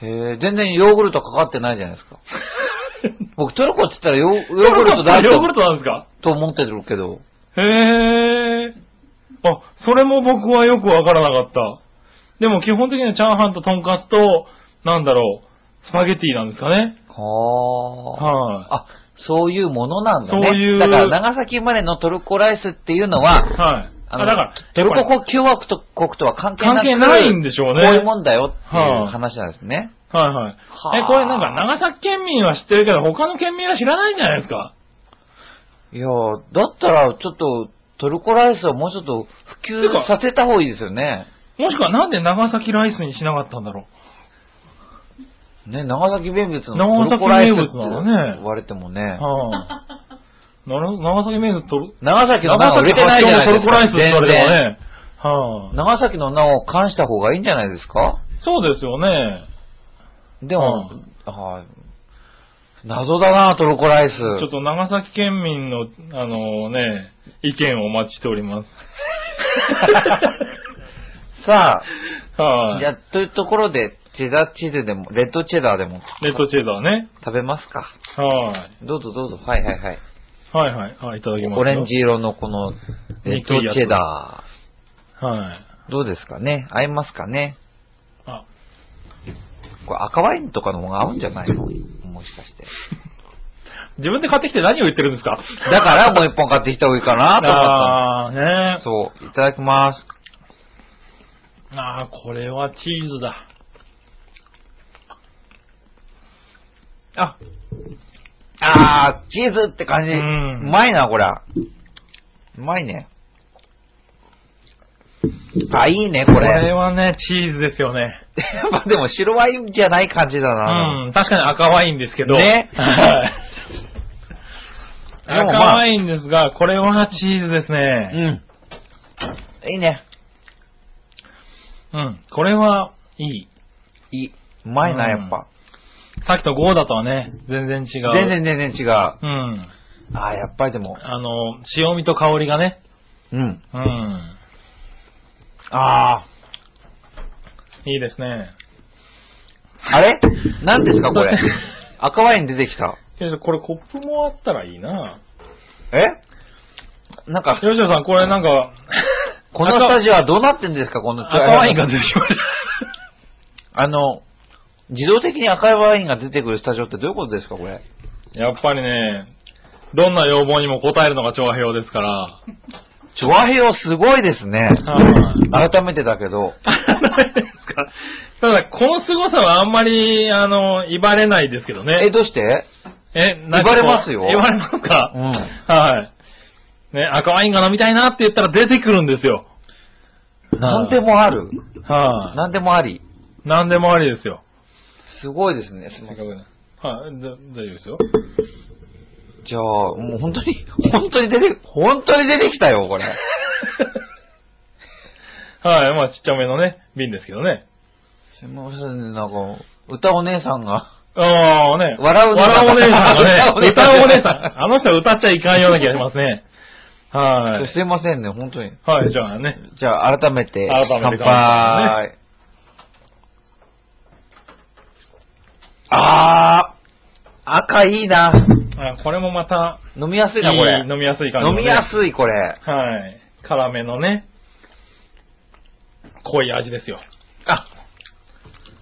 Speaker 1: へえ、全然ヨーグルトかかってないじゃないですか。僕、トルコって言ったらヨー
Speaker 2: ト
Speaker 1: ヨーグルト
Speaker 2: ルコ
Speaker 1: だ
Speaker 2: ってヨーグルト
Speaker 1: と
Speaker 2: なんですか
Speaker 1: と思ってるけど。
Speaker 2: へえ。あ、それも僕はよくわからなかった。でも基本的にはチャーハンとトンカツと、なんだろう、スパゲティなんですかね。
Speaker 1: はあ。
Speaker 2: は
Speaker 1: あ、そういうものなんだね。
Speaker 2: そういう
Speaker 1: だから、長崎生まれのトルコライスっていうの
Speaker 2: い。
Speaker 1: は、
Speaker 2: はい。
Speaker 1: あ
Speaker 2: あ、
Speaker 1: の
Speaker 2: だから、
Speaker 1: トルコ
Speaker 2: やっぱ
Speaker 1: 国共和国と国とは関係なく
Speaker 2: 関係ないんでしょうね
Speaker 1: こういうもんだよっていう
Speaker 2: はあ
Speaker 1: 話なんですね。
Speaker 2: りはいはい。
Speaker 1: はあ
Speaker 2: え、これなんか長崎県民は知ってるけど、他の県民は知らないんじゃないですか
Speaker 1: いやーだったら、ちょっと、トルコライスはもうちょっと普
Speaker 2: て
Speaker 1: 及
Speaker 2: か
Speaker 1: させた方がいいですよね。
Speaker 2: もしくはなんで長崎ライスにしなかったんだろ
Speaker 1: ね、長崎名物の
Speaker 2: 長
Speaker 1: トル
Speaker 2: 崎
Speaker 1: コライスって
Speaker 2: 名物なのね
Speaker 1: 言われても
Speaker 2: う。
Speaker 1: ね。
Speaker 2: はあ、 なる長崎名物とる、
Speaker 1: 長崎の名が売れてないじゃない
Speaker 2: 長
Speaker 1: ですか。
Speaker 2: 崎発祥のトルコライスって言われて
Speaker 1: 全
Speaker 2: も
Speaker 1: 然
Speaker 2: ね。はあ、
Speaker 1: 長崎の名を冠した方がいいんじゃないですか
Speaker 2: そうですよね。
Speaker 1: でも、はい謎だな、トルコライス。
Speaker 2: ちょっと長崎県民の、あのね、意見をお待ちしております。
Speaker 1: さ あ、
Speaker 2: はい、
Speaker 1: じゃあ、というところで、チェダーチーズでも、レッドチェダーでも
Speaker 2: レッドチェダーね。
Speaker 1: 食べますか。
Speaker 2: はい、
Speaker 1: どうぞどうぞ。はいはいはい。
Speaker 2: はいはい。はい、いただきますよ。
Speaker 1: オレンジ色のこの、レッド
Speaker 2: 肉いやつ
Speaker 1: チェダ
Speaker 2: はい。
Speaker 1: ー。どうですかね合いますかね
Speaker 2: あ、
Speaker 1: これ赤ワインとかの方が合うんじゃないのもしかして。
Speaker 2: 自分で買ってきて何を言ってるんですか
Speaker 1: だからもう一本買ってきた方がいいかなと思っ
Speaker 2: ああー、ね
Speaker 1: たの。そう。いただきます。
Speaker 2: ああ、これはチーズだ。あ、
Speaker 1: あー、チーズって感じ。
Speaker 2: う
Speaker 1: うんまいな、これ。うまいね。あ、いいね、こ
Speaker 2: これ
Speaker 1: れ。
Speaker 2: はね、チーズですよね。
Speaker 1: まあでも白ワインじゃない感じだ
Speaker 2: う
Speaker 1: な。
Speaker 2: ん、確かに赤ワインですけど。
Speaker 1: ね
Speaker 2: はい。
Speaker 1: で
Speaker 2: 赤
Speaker 1: もまあ
Speaker 2: ワインですが、これはチーズです
Speaker 1: う
Speaker 2: ね。
Speaker 1: ん。いいね。
Speaker 2: うん、これはいい。
Speaker 1: いい。うまいな、
Speaker 2: うん
Speaker 1: やっぱ。
Speaker 2: さっきとゴーダとはね、全然違う。
Speaker 1: 全。然全然違う。あ
Speaker 2: うん。
Speaker 1: ー、やっぱりでも。
Speaker 2: あの、塩味と香りがね。
Speaker 1: うん。
Speaker 2: うん。
Speaker 1: あー。
Speaker 2: いいですね。
Speaker 1: あれ何ですか、これ
Speaker 2: だって。
Speaker 1: 赤ワイン出てきた。
Speaker 2: 先生、これコップもあったらいいな。
Speaker 1: えなんか、
Speaker 2: 吉野さん、これなんか、
Speaker 1: このスタジオはどうなってんですか、この
Speaker 2: 赤ワインが出てきまし
Speaker 1: あの、自動的に赤いワインが出てくるスタジオってどういうことですか、これ。
Speaker 2: た。 やっぱりね、どんな要望にも応えるのが調和表です から。
Speaker 1: チョアヘヨすごいですね。
Speaker 2: はい
Speaker 1: 改めてだけど。
Speaker 2: ダメですかただ、この凄さはあんまり、あの、威張れないですけど
Speaker 1: え、
Speaker 2: ね。
Speaker 1: どうして
Speaker 2: え、なん
Speaker 1: 威張
Speaker 2: かこう
Speaker 1: れますよ
Speaker 2: 威張れますか、
Speaker 1: うん。
Speaker 2: はい。ね、赤ワインが飲みたいなって言ったら出てくるんですよ。
Speaker 1: なんでもある。
Speaker 2: はい、
Speaker 1: なんでもあり。
Speaker 2: なんでもありですよ。
Speaker 1: すごいですね。すいません
Speaker 2: はい、だ大丈夫で すよ。
Speaker 1: じゃあ、もう本当に、本当に出て、本当に出てきたよ、これ。
Speaker 2: はい、まあちっちゃめのね、瓶ですけどね。
Speaker 1: すいません、なんか、歌お姉さんが。
Speaker 2: ああね。
Speaker 1: 笑うお姉さん
Speaker 2: 笑うお姉さんが
Speaker 1: 歌う
Speaker 2: ね。歌う
Speaker 1: お姉
Speaker 2: お姉
Speaker 1: さん
Speaker 2: さん。あの人は歌っちゃいかんような気がしますね。はい。
Speaker 1: すいませんね、本当に。
Speaker 2: はい、じゃあね。
Speaker 1: じゃあ、改めて、
Speaker 2: 改めて乾杯
Speaker 1: 杯。あー、赤いいな。
Speaker 2: あこれもまた、
Speaker 1: 飲みやす
Speaker 2: い
Speaker 1: いな、これ。
Speaker 2: い飲みやすい感じ、
Speaker 1: 飲みやすい、これ。
Speaker 2: い。はい。辛めのね、濃い味ですよ。
Speaker 1: あ、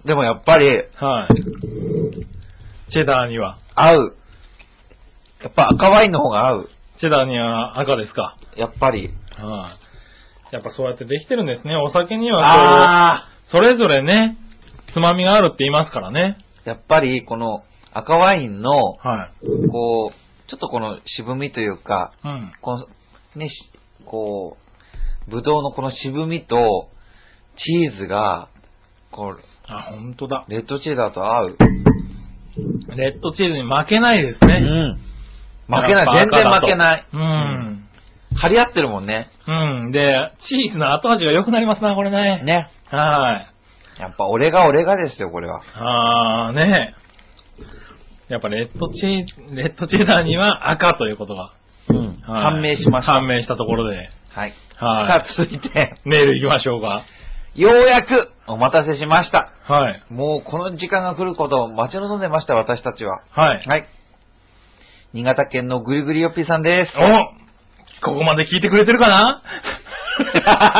Speaker 1: でもやっぱり、
Speaker 2: はい。チェダーには、
Speaker 1: 合う。やっぱ赤ワインの方が合う。
Speaker 2: チェダーには赤ですか。
Speaker 1: やっぱり。
Speaker 2: はい。やっぱそうやってできてるんですね。お酒には
Speaker 1: あ
Speaker 2: こう、それぞれね、つまみがあるって言いますからね。
Speaker 1: ー、やっぱり、この赤ワインの、
Speaker 2: はい。
Speaker 1: こう、ちょっとこの渋みというか、
Speaker 2: うん。
Speaker 1: この、ね、しこう、ぶどうのこの渋みと、チーズが、こう、
Speaker 2: あ、本当だ。
Speaker 1: レッドチェダーと合う。
Speaker 2: レッドチーズに負けないですね。
Speaker 1: ん。負けな
Speaker 2: やっぱ
Speaker 1: い、全
Speaker 2: 赤
Speaker 1: 然
Speaker 2: だ
Speaker 1: 負
Speaker 2: と
Speaker 1: けない。
Speaker 2: うん。
Speaker 1: 張り合ってるもんね。
Speaker 2: うん。で、チーズの後味が良くなりますな、これね。
Speaker 1: ね。
Speaker 2: はい。
Speaker 1: やっぱ俺が俺がですよ、これは。
Speaker 2: あーね。やっぱレッドチー、レッドチェダーには赤ということが、
Speaker 1: うん
Speaker 2: はい
Speaker 1: 判明しました。
Speaker 2: 判明したところで、
Speaker 1: はい。さ
Speaker 2: は
Speaker 1: あ、続いて、
Speaker 2: い。メール行きましょうか。
Speaker 1: ようやくお待たせしました。
Speaker 2: はい。
Speaker 1: もうこの時間が来ることを待ち望んでました、私たちは。
Speaker 2: はい。
Speaker 1: はい。新潟県のぐりぐりよっぴーさんです。
Speaker 2: おここまで聞いてくれてるかな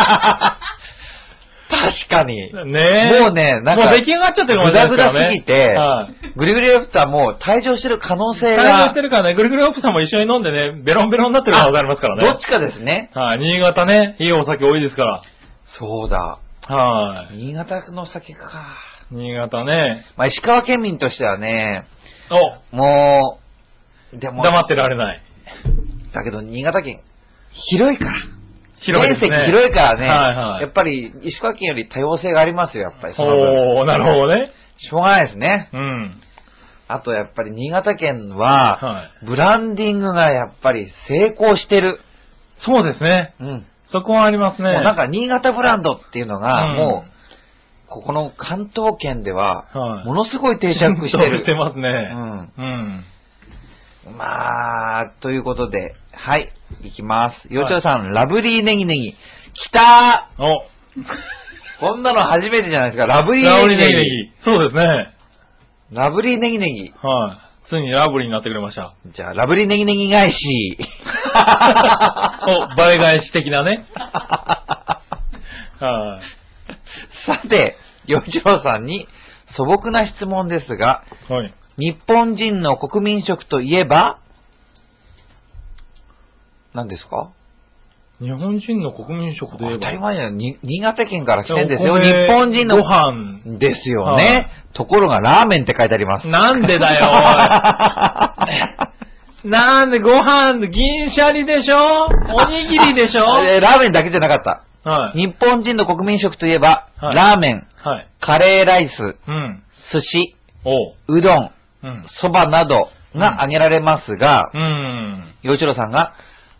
Speaker 1: 確かに。
Speaker 2: ねえ。
Speaker 1: もうねなんか
Speaker 2: もう出来上がっちゃって
Speaker 1: ぐ
Speaker 2: るかもしれな
Speaker 1: だ
Speaker 2: いで
Speaker 1: ぐ
Speaker 2: すから
Speaker 1: だ
Speaker 2: ね。
Speaker 1: すぎて
Speaker 2: はい。、
Speaker 1: ぐりぐりよっぴーさんもう退場してる可能性
Speaker 2: 退場し
Speaker 1: が
Speaker 2: て、るからね、ぐるぐるオップさんも一緒に飲んでね、ベロンベロンになってる可能性ありますから
Speaker 1: どっ
Speaker 2: ね。
Speaker 1: ちかですね。
Speaker 2: はい、新潟ね、いいお酒多いですか
Speaker 1: そうだ。
Speaker 2: ら。はい。
Speaker 1: 新潟の酒か。
Speaker 2: 新潟ね、
Speaker 1: まあ、石川県民としてはね、
Speaker 2: お、
Speaker 1: もう、でも、
Speaker 2: 黙ってられない。
Speaker 1: だけど新潟県、広いから。
Speaker 2: 広いですね。
Speaker 1: 面積広いからね、
Speaker 2: はいはい
Speaker 1: やっぱり石川県より多様性がありますよ、やっぱりその分。
Speaker 2: おー、なるほどね。
Speaker 1: しょうがないですね。
Speaker 2: うん。
Speaker 1: あとやっぱり新潟県は、
Speaker 2: はい。
Speaker 1: ブランディングがやっぱり成功してる。
Speaker 2: そうですね。
Speaker 1: うん。
Speaker 2: そこはありますね。
Speaker 1: もうなんか新潟ブランドっていうのが、
Speaker 2: うん
Speaker 1: もう、ここの関東圏では、
Speaker 2: はい
Speaker 1: ものすごい定着して
Speaker 2: 浸透
Speaker 1: る。
Speaker 2: してますね。
Speaker 1: うん。
Speaker 2: うん。
Speaker 1: まあ、ということで、はい、いきます。よちょさん、ラブリーネギネギ。きた
Speaker 2: お、
Speaker 1: ーこんなの初めてじゃないですか。ラブリー
Speaker 2: ラブ
Speaker 1: ネギ
Speaker 2: リー
Speaker 1: ネ
Speaker 2: ネギ
Speaker 1: ギ。
Speaker 2: ネギ。そうですね。
Speaker 1: ラブリーネギネギ。
Speaker 2: はい。ついにラブリーになってくれ ました。
Speaker 1: じゃあ、ラブリーネギネギ返し。
Speaker 2: お、倍返し的なね。 はい。
Speaker 1: さて、洋一郎さんに素朴な質問ですが、
Speaker 2: はい。
Speaker 1: 日本人の国民食といえば何ですか
Speaker 2: 日本人の国民食といえば。
Speaker 1: 当たり前じゃないに新潟県から来てんですよ。
Speaker 2: お米
Speaker 1: 日本人の
Speaker 2: ご飯。
Speaker 1: ですよ
Speaker 2: は
Speaker 1: ね
Speaker 2: い。
Speaker 1: ところがラーメンって書いてあります。
Speaker 2: なんでだよ、おい。なんでご飯、銀シャリでしょおにぎりでしょ
Speaker 1: えーラーメンだけじゃなかった。
Speaker 2: はい。
Speaker 1: 日本人の国民食といえば、
Speaker 2: はい
Speaker 1: ラーメン、
Speaker 2: はい。
Speaker 1: カレーライス、
Speaker 2: うん。
Speaker 1: 寿司、
Speaker 2: おう。
Speaker 1: うどん、
Speaker 2: うん。
Speaker 1: そばなどが挙げられますが、
Speaker 2: うん。
Speaker 1: 洋一郎さんが、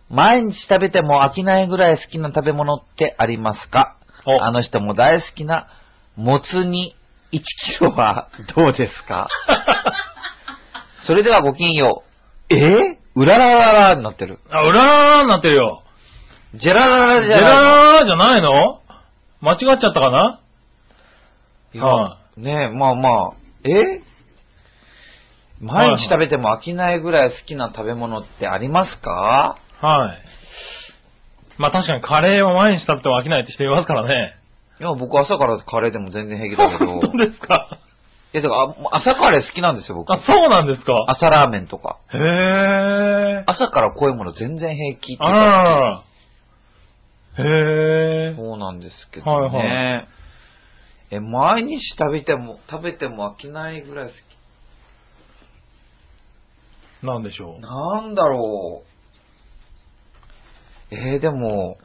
Speaker 1: 毎日食べても飽きないぐらい好きな食べ物ってありますか
Speaker 2: お
Speaker 1: あの人も大好きな、もつ煮1キロ はどうですかそれではごきげんよう。えーうららららになってる。
Speaker 2: あ、うららららになってるよ。
Speaker 1: ジェラララ
Speaker 2: ジ
Speaker 1: じ
Speaker 2: ェ
Speaker 1: ゃ
Speaker 2: ラ
Speaker 1: ない
Speaker 2: ラ
Speaker 1: の
Speaker 2: ラじゃないの間違っちゃったかない
Speaker 1: や
Speaker 2: は
Speaker 1: ねえ、まあまあ、え毎日食べても飽きないぐらい好きな食べ物ってありますか
Speaker 2: はい。まあ確かにカレーは毎日食べても飽きないって人いますからね。
Speaker 1: いや、僕朝からカレーでも全然平気だけど。
Speaker 2: 本当ですか
Speaker 1: いや、だからあ朝カレー好きなんですよ、僕。
Speaker 2: あ、そうなんですか
Speaker 1: 朝ラーメンとか。
Speaker 2: へえ。
Speaker 1: 朝から濃いもの全然平気っていう
Speaker 2: あ
Speaker 1: から
Speaker 2: ららへえ。
Speaker 1: そうなんですけどね。
Speaker 2: はい
Speaker 1: え、毎日食べても、食べても飽きないぐらい好
Speaker 2: なんでしょ
Speaker 1: き。なんだろう。えー、でも、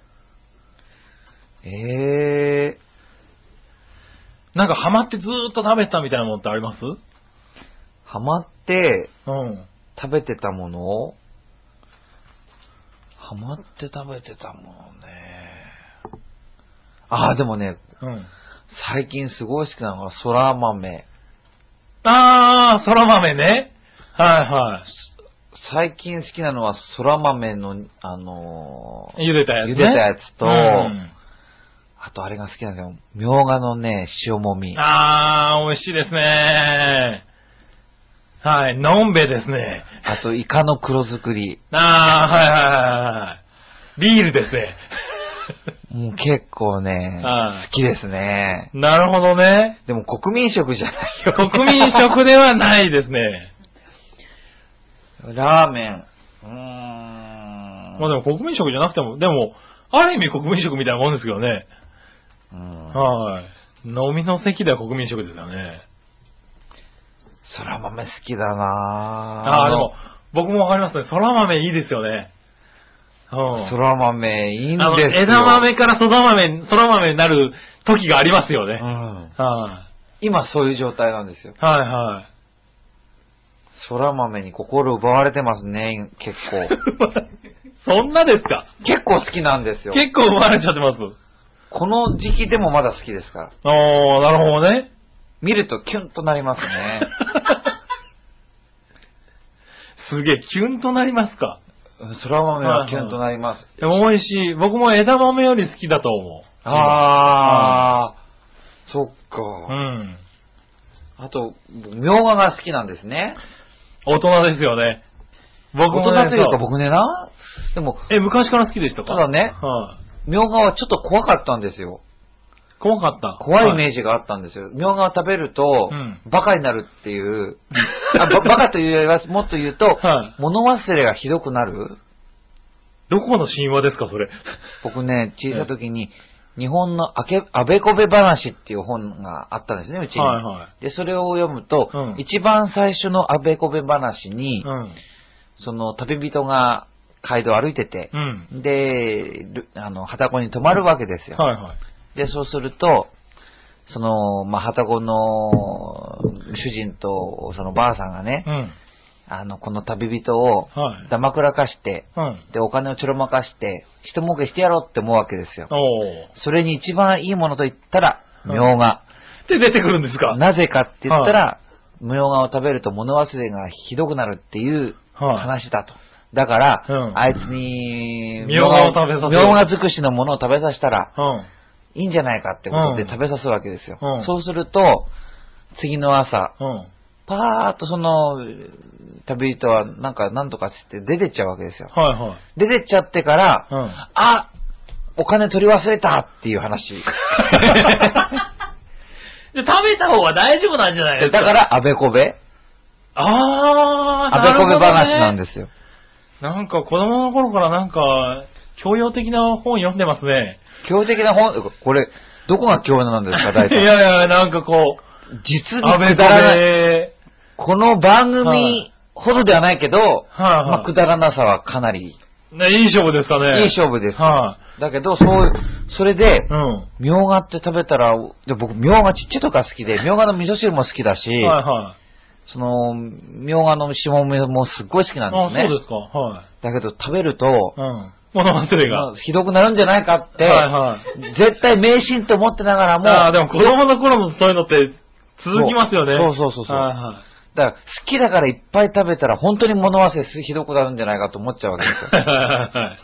Speaker 1: え
Speaker 2: う。なんかハマってずーっと食べてたみたいなものってあります
Speaker 1: ー、ハマって
Speaker 2: うん。
Speaker 1: 食べてたものハマって食べてたものね。あー、でもね、
Speaker 2: うん。
Speaker 1: 最近すごい好きなのが空豆。
Speaker 2: あー、そら豆ね。は
Speaker 1: 最近好きなのは空豆の、あの
Speaker 2: いはい。茹でたやつね。
Speaker 1: 茹でたやつと
Speaker 2: うん
Speaker 1: ーあとあれが好きなんですよ。みょうがのね、塩もみ。
Speaker 2: あー、美味しいですね。はい、のんべですね。
Speaker 1: あと、イカの黒作り。
Speaker 2: あー、はいはいはいはい。ビールで すね。
Speaker 1: もう結構ね、
Speaker 2: はい
Speaker 1: 好きですね。
Speaker 2: なるほどね。
Speaker 1: でも国民食じゃないよ。
Speaker 2: 国民食ではないですね。
Speaker 1: ラーメン。うーん。
Speaker 2: まあでも国民食じゃなくても、でも、ある意味国民食みたいなもんですけどね。
Speaker 1: うん
Speaker 2: はい。飲みの席では国民食ですよね。
Speaker 1: そら豆好きだな
Speaker 2: ああー、でも、僕もわかりますね。そら豆いいですよね。うん。
Speaker 1: そら豆いいん
Speaker 2: あの、
Speaker 1: ですよ。
Speaker 2: 枝豆からそら豆、そら豆になる時がありますよ
Speaker 1: う
Speaker 2: ね。
Speaker 1: ん。
Speaker 2: は
Speaker 1: 今そういう状態なんですよ
Speaker 2: い。。はい はい。
Speaker 1: そら豆に心奪われてますね、結 構。
Speaker 2: そんなですか
Speaker 1: 結構好きなんですよ。
Speaker 2: 結構奪われちゃってます。
Speaker 1: この時期でもまだ好きですから。
Speaker 2: おー、なるほどね。
Speaker 1: 見るとキュンとなります ね。
Speaker 2: すげえ、キュンとなりますか。
Speaker 1: うんそら豆はキュンとなります。
Speaker 2: でも美味しい。僕も枝豆より好きだと思う。
Speaker 1: あー、そっ
Speaker 2: う
Speaker 1: か。
Speaker 2: ん。
Speaker 1: あと、みょうがが好きなんですね。
Speaker 2: 大人ですよね。僕
Speaker 1: 大
Speaker 2: もね
Speaker 1: 人という
Speaker 2: そ
Speaker 1: か僕ねな。でも、
Speaker 2: え、昔から好きでしたか
Speaker 1: ただね
Speaker 2: は
Speaker 1: みょうがはちょっと怖かったんですよ。
Speaker 2: い。怖かった。
Speaker 1: 怖いイ
Speaker 2: は
Speaker 1: メージがあったんですよ。みょうがを食べると
Speaker 2: うん、
Speaker 1: バカになるっていう、あばバカというよりは、もっと言うと
Speaker 2: はい、
Speaker 1: 物忘れがひどくなる。
Speaker 2: どこの神話ですか、それ。
Speaker 1: 僕ね、小さい時に、日本のあけ、あべこべ話っていう本があったんですね、うちに。
Speaker 2: はいは
Speaker 1: で、それを読むと、
Speaker 2: うん
Speaker 1: 一番最初のあべこべ話
Speaker 2: い。
Speaker 1: に、
Speaker 2: うん。
Speaker 1: その旅人が街道を歩いてて、
Speaker 2: うん。
Speaker 1: で、るあの、はたこに泊まるわけですよ。
Speaker 2: はいはい。
Speaker 1: で、そうすると、その、まあ、はたこの主人と、そのばあさんがね
Speaker 2: う、ん。
Speaker 1: あの、この旅人を
Speaker 2: はい、
Speaker 1: だまくらかして、
Speaker 2: うん。
Speaker 1: で、お金をちょろまかして、人儲けしてやろうって思うわけですよ。
Speaker 2: おー。
Speaker 1: それに一番いいものと言ったら、みょうが。
Speaker 2: で出てくるんですか
Speaker 1: なぜかって言ったら、みょうがを食べると物忘れがひどくなるっていう
Speaker 2: はい
Speaker 1: 話だと。だから、
Speaker 2: うん
Speaker 1: あいつに、
Speaker 2: みょうがを食べさせる
Speaker 1: みょうが尽くしのものを食べさせたら、
Speaker 2: うん。
Speaker 1: いいんじゃないかってことで
Speaker 2: うん
Speaker 1: 食べさすわけですよ。
Speaker 2: うん
Speaker 1: そうすると、次の朝、
Speaker 2: うん。
Speaker 1: パーっとその、旅人はなんか何とかして出てっちゃうわけですよ。
Speaker 2: はい はい。
Speaker 1: 出てっちゃってから、
Speaker 2: うん
Speaker 1: あお金取り忘れたっていう 話。
Speaker 2: で食べた方が大丈夫なんじゃないで
Speaker 1: ですだ
Speaker 2: か
Speaker 1: から、あべこべ、
Speaker 2: あー、
Speaker 1: あべこべ話なん
Speaker 2: す。
Speaker 1: ですよ。
Speaker 2: なんか子供の頃からなんか、教養的な本読んでますね。
Speaker 1: 強的な本、これ、どこが強なんですか、大
Speaker 2: い
Speaker 1: 体。
Speaker 2: やいや、なんかこう、
Speaker 1: 実
Speaker 2: あ
Speaker 1: に
Speaker 2: べ
Speaker 1: く
Speaker 2: こべ
Speaker 1: だらない。この番組ほどではないけど、
Speaker 2: はい
Speaker 1: まあ、くだらなさはかなりいい
Speaker 2: ね、いい勝負ですかね。
Speaker 1: 勝負です。
Speaker 2: は
Speaker 1: だけど、そう、それで
Speaker 2: い、、うん。
Speaker 1: みょうがって食べたら、で僕、みょうがちっちゃいとから好きで、みょうがの味噌汁も好きだし、
Speaker 2: はいはい。
Speaker 1: その、みょうがのしもめもすっごい好きなんで
Speaker 2: あ、
Speaker 1: すね。
Speaker 2: そうですか。はい。
Speaker 1: だけど食べると
Speaker 2: う、ん。物忘れが。
Speaker 1: ま
Speaker 2: は
Speaker 1: あひどくなるんじゃないかっ
Speaker 2: い
Speaker 1: て、
Speaker 2: はい。
Speaker 1: 絶対迷信と思ってながらも、
Speaker 2: ああ、でも子供の頃のそういうのって続きますよね。
Speaker 1: そうそうそうそうそう
Speaker 2: はいはい。
Speaker 1: だから好きだからいっぱい食べたら本当に物忘れすひどくなるんじゃないかと思っちゃうわけですよ。
Speaker 2: はいはいはいはい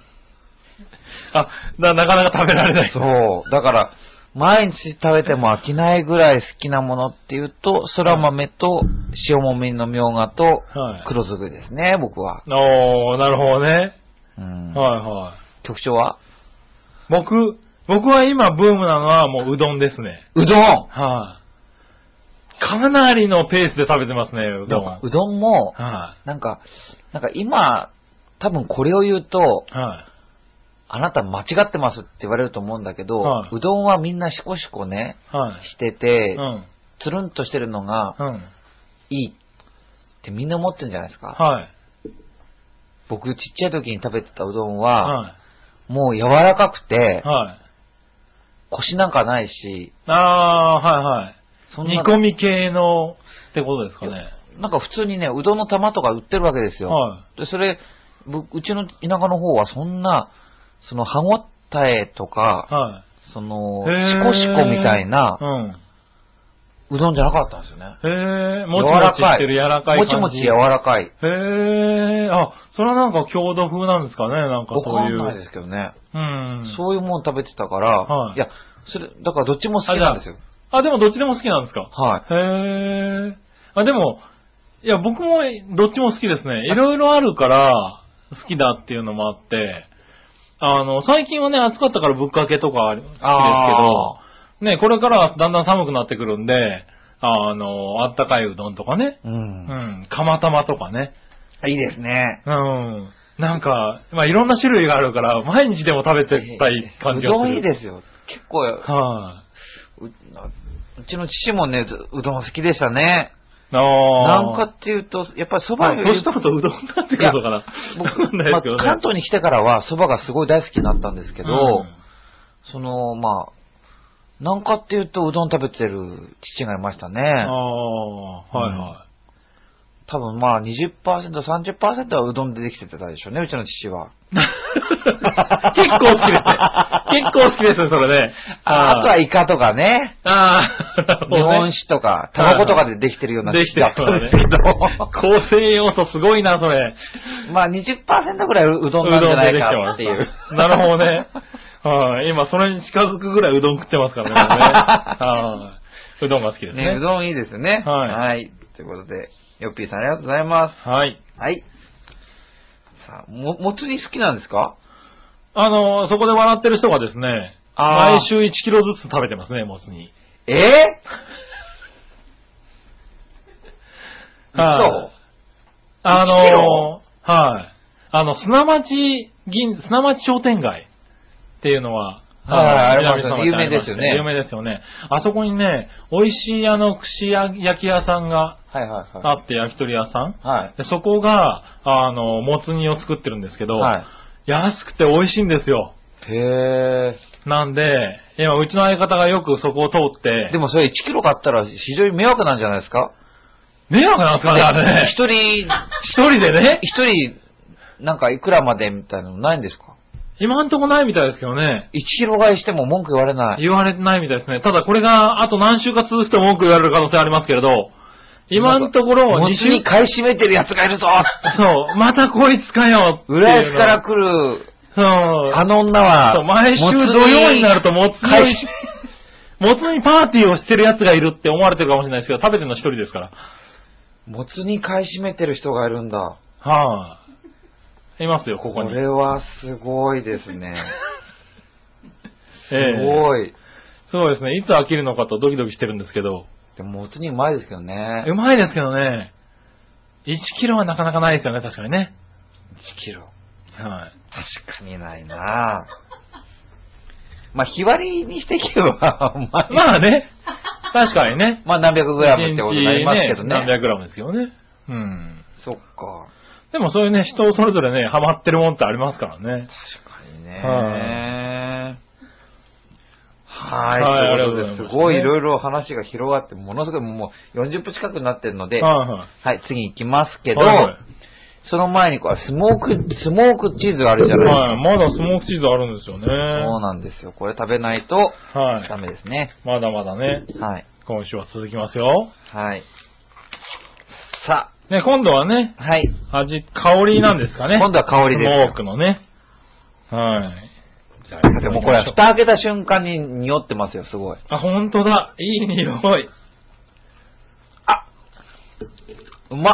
Speaker 2: あ、な、なかなか食べられない。
Speaker 1: そう。だから、毎日食べても飽きないぐらい好きなものっていうと、そら豆と塩もみのみょうがと
Speaker 2: はい
Speaker 1: 黒ずくいですね、僕は。
Speaker 2: おー、なるほどね。
Speaker 1: うん。
Speaker 2: はいはい。
Speaker 1: 局長は
Speaker 2: 僕、僕は今ブームなのはもううどんですね。
Speaker 1: うどん
Speaker 2: はい、かなりのペースで食べてますね、うどん。はいう
Speaker 1: どんも、
Speaker 2: は
Speaker 1: なんか、なんか今、多分これを言うと、
Speaker 2: い、
Speaker 1: あなた間違ってますって言われると思うんだけど、
Speaker 2: はいう
Speaker 1: どんはみんなシコシコね、
Speaker 2: はい、
Speaker 1: してて、
Speaker 2: うん。
Speaker 1: つるんとしてるのが
Speaker 2: うん。
Speaker 1: いいってみんな思ってるんじゃないですか。
Speaker 2: はい。
Speaker 1: 僕ちっちゃい時に食べてたうどんは、
Speaker 2: は
Speaker 1: もう柔らかくて
Speaker 2: い。、はい。
Speaker 1: 腰なんかないし、そ
Speaker 2: あー、はい
Speaker 1: ん
Speaker 2: はい。煮
Speaker 1: な、
Speaker 2: 込み系のってことですかね。
Speaker 1: なんか普通にね、うどんの玉とか売ってるわけですよ。
Speaker 2: は
Speaker 1: で、それ、ぶうちの田舎の方はそんな、その歯ごたえとか、
Speaker 2: は
Speaker 1: その、
Speaker 2: い。
Speaker 1: シコシコみたいな
Speaker 2: へーうん。
Speaker 1: うどんじゃなかったんですよね。
Speaker 2: へえ、もちもちしてる柔らかい感じ。
Speaker 1: もちもち柔らかい。
Speaker 2: へえ、あ、それはなんか郷土風なんですかね、なんか
Speaker 1: わ
Speaker 2: そ
Speaker 1: か
Speaker 2: うい
Speaker 1: ん
Speaker 2: う。
Speaker 1: ないですけどね。
Speaker 2: うん。
Speaker 1: そういうもん食べてたから、
Speaker 2: はい
Speaker 1: い、や、それ、だからどっちも好きなんですよ。
Speaker 2: あ、でもどっちでも好きなんですか
Speaker 1: はい。
Speaker 2: へえ。あ、でも、いや、僕もどっちも好きですね。いろいろあるから、好きだっていうのもあって、あの、最近はね、暑かったからぶっかけとか好きですけど、ね、これからはだんだん寒くなってくるんで、あの、あったかいうどんとかね、
Speaker 1: う。
Speaker 2: うんん、釜玉とかね、
Speaker 1: いいですね。
Speaker 2: うん。なんか、まあ、いろんな種類があるから、毎日でも食べてたい感
Speaker 1: う
Speaker 2: じがする。
Speaker 1: どんいい
Speaker 2: す。
Speaker 1: ですよ。結構、う
Speaker 2: は
Speaker 1: うちの父もね、ずうどん好きでしたね。
Speaker 2: い、あ
Speaker 1: なんかっ
Speaker 2: か、
Speaker 1: ていうと、やっぱり蕎
Speaker 2: まあ、
Speaker 1: 麦よ
Speaker 2: 年
Speaker 1: り、
Speaker 2: 取るとうどんになってくるのかな。 わか
Speaker 1: 僕、
Speaker 2: んな
Speaker 1: ま
Speaker 2: い
Speaker 1: あ
Speaker 2: ですけどね。
Speaker 1: 関東に来てからは蕎麦がすごい大好きになったんですけど、
Speaker 2: うん
Speaker 1: その、まあ、なんかっていうとうどん食べてる父がいました
Speaker 2: あ
Speaker 1: ね。
Speaker 2: あ、はいは
Speaker 1: 多分まあ20%、30%はうどんでできてたでしょうね、うちの父は。
Speaker 2: い。 結構好きですね。結構好きですね、それね。
Speaker 1: ああと
Speaker 2: は
Speaker 1: はイカとかね、
Speaker 2: ああ、なるほ
Speaker 1: 日
Speaker 2: ど
Speaker 1: 本
Speaker 2: ね
Speaker 1: 酒とか、タバコとかでできてるような
Speaker 2: できて
Speaker 1: だ
Speaker 2: る
Speaker 1: った
Speaker 2: か
Speaker 1: ん
Speaker 2: ら
Speaker 1: で
Speaker 2: ね
Speaker 1: すけど、
Speaker 2: 構成要素すごいな、それ。
Speaker 1: まあ20%ぐらいうどんなんじゃないかっていう。
Speaker 2: なるほ どね。はい、今、それに近づくぐらいうどん食ってま すからねもうね。はいうどんが好きです
Speaker 1: ね、
Speaker 2: ね。
Speaker 1: うどんいいですよね。
Speaker 2: はい
Speaker 1: ということで、よっぴーさんありがとうございま
Speaker 2: はい。
Speaker 1: す。はい。さあ、も、もつ煮好きなんですか
Speaker 2: あの、そこで笑ってる人がですね、
Speaker 1: あー
Speaker 2: 毎週1キロずつ食べてますね、もつに。
Speaker 1: ええ
Speaker 2: はいあ
Speaker 1: 1キロ
Speaker 2: の、はい。あの、砂町銀、砂町商店街っていうのは、
Speaker 1: はいはいありますよね
Speaker 2: 南相馬にありま
Speaker 1: 有名で
Speaker 2: して
Speaker 1: すよね
Speaker 2: 有名ですよね。あそこにね、美味しいあの、串焼き屋さんが
Speaker 1: はいはい
Speaker 2: あ
Speaker 1: は
Speaker 2: って、焼き鳥屋さん。
Speaker 1: い。はい。
Speaker 2: でそこが、あの、もつ煮を作ってるんですけど、
Speaker 1: は
Speaker 2: 安くて美味しいんですよ。
Speaker 1: い。へ
Speaker 2: なんで、今、うちの相方がよくそこを通って
Speaker 1: え。で、もそれ1キロ買ったら非常に迷惑なんじゃないですか
Speaker 2: 迷惑なんですかね、あれね。
Speaker 1: 一人、
Speaker 2: 一人でね、
Speaker 1: 一人、なんかいくらまでみたいなのないんですか
Speaker 2: 今んとこないみたいですけどね。
Speaker 1: ?1 キロ買いしても文句言われない。
Speaker 2: 言われてないみたいですね。ただこれがあと何週か続くと文句言われる可能性ありますけれど、今のところ
Speaker 1: も
Speaker 2: 2
Speaker 1: つ
Speaker 2: 週
Speaker 1: に買い占めてる奴がいるぞ
Speaker 2: そう、またこいつかよっていうの
Speaker 1: 浦安から、来る、
Speaker 2: そう、
Speaker 1: あの女
Speaker 2: そう
Speaker 1: は、
Speaker 2: 毎週土曜になるともつ煮
Speaker 1: 買い
Speaker 2: を、もつ煮パーティーをしてる奴がいるって思われてるかもしれないですけど、食べてるの一人ですから。
Speaker 1: もつに買い占めてる人がいるんだ。
Speaker 2: はい、いますよ、こ
Speaker 1: こ
Speaker 2: こに。
Speaker 1: れはすごいですね。
Speaker 2: え
Speaker 1: す
Speaker 2: え
Speaker 1: ごい。
Speaker 2: そうですね。いつ飽きるのかとドキドキしてるんですけど。
Speaker 1: でも、もつにうまいですけどね。
Speaker 2: うまいですけどね。1キロはなかなかないですよね、確かにね。
Speaker 1: 1キロ。
Speaker 2: はい。
Speaker 1: 確かにないなまあ、日割りにしていけば、 まあ、
Speaker 2: まあね、確かにね。
Speaker 1: まあ、何百グラムってことになりますけどね。
Speaker 2: 一日何百グラムですけどね。うん。
Speaker 1: そっか。
Speaker 2: でもそういうね、人それぞれね、ハマってるもんってありますからね。
Speaker 1: 確かにね。
Speaker 2: は
Speaker 1: はい。
Speaker 2: い
Speaker 1: という
Speaker 2: ありがとうござ
Speaker 1: こ
Speaker 2: います
Speaker 1: とですごいいろいろ話が広がって、ものすごいもう40分近くなってるので、は、
Speaker 2: はいはい
Speaker 1: 次行きますけど、
Speaker 2: はいはい
Speaker 1: その前にこう、スモーク、スモークチーズがあるじゃないですか。
Speaker 2: はい、まだスモークチーズあるんですよね。
Speaker 1: そうなんですよ。これ食べないと
Speaker 2: はい
Speaker 1: ダ。メですね。
Speaker 2: まだまだね、
Speaker 1: はい。
Speaker 2: 今週は続きますよ。
Speaker 1: はい。さ
Speaker 2: ね、今度はね、
Speaker 1: あ、はい。
Speaker 2: 味、香りなんですかね。
Speaker 1: 今度は香りです
Speaker 2: スモークのね。はい。じゃ
Speaker 1: でもうこれ、蓋開けた瞬間に匂ってますよ、すごい。
Speaker 2: あ、本当だ。いい匂い。
Speaker 1: うまっ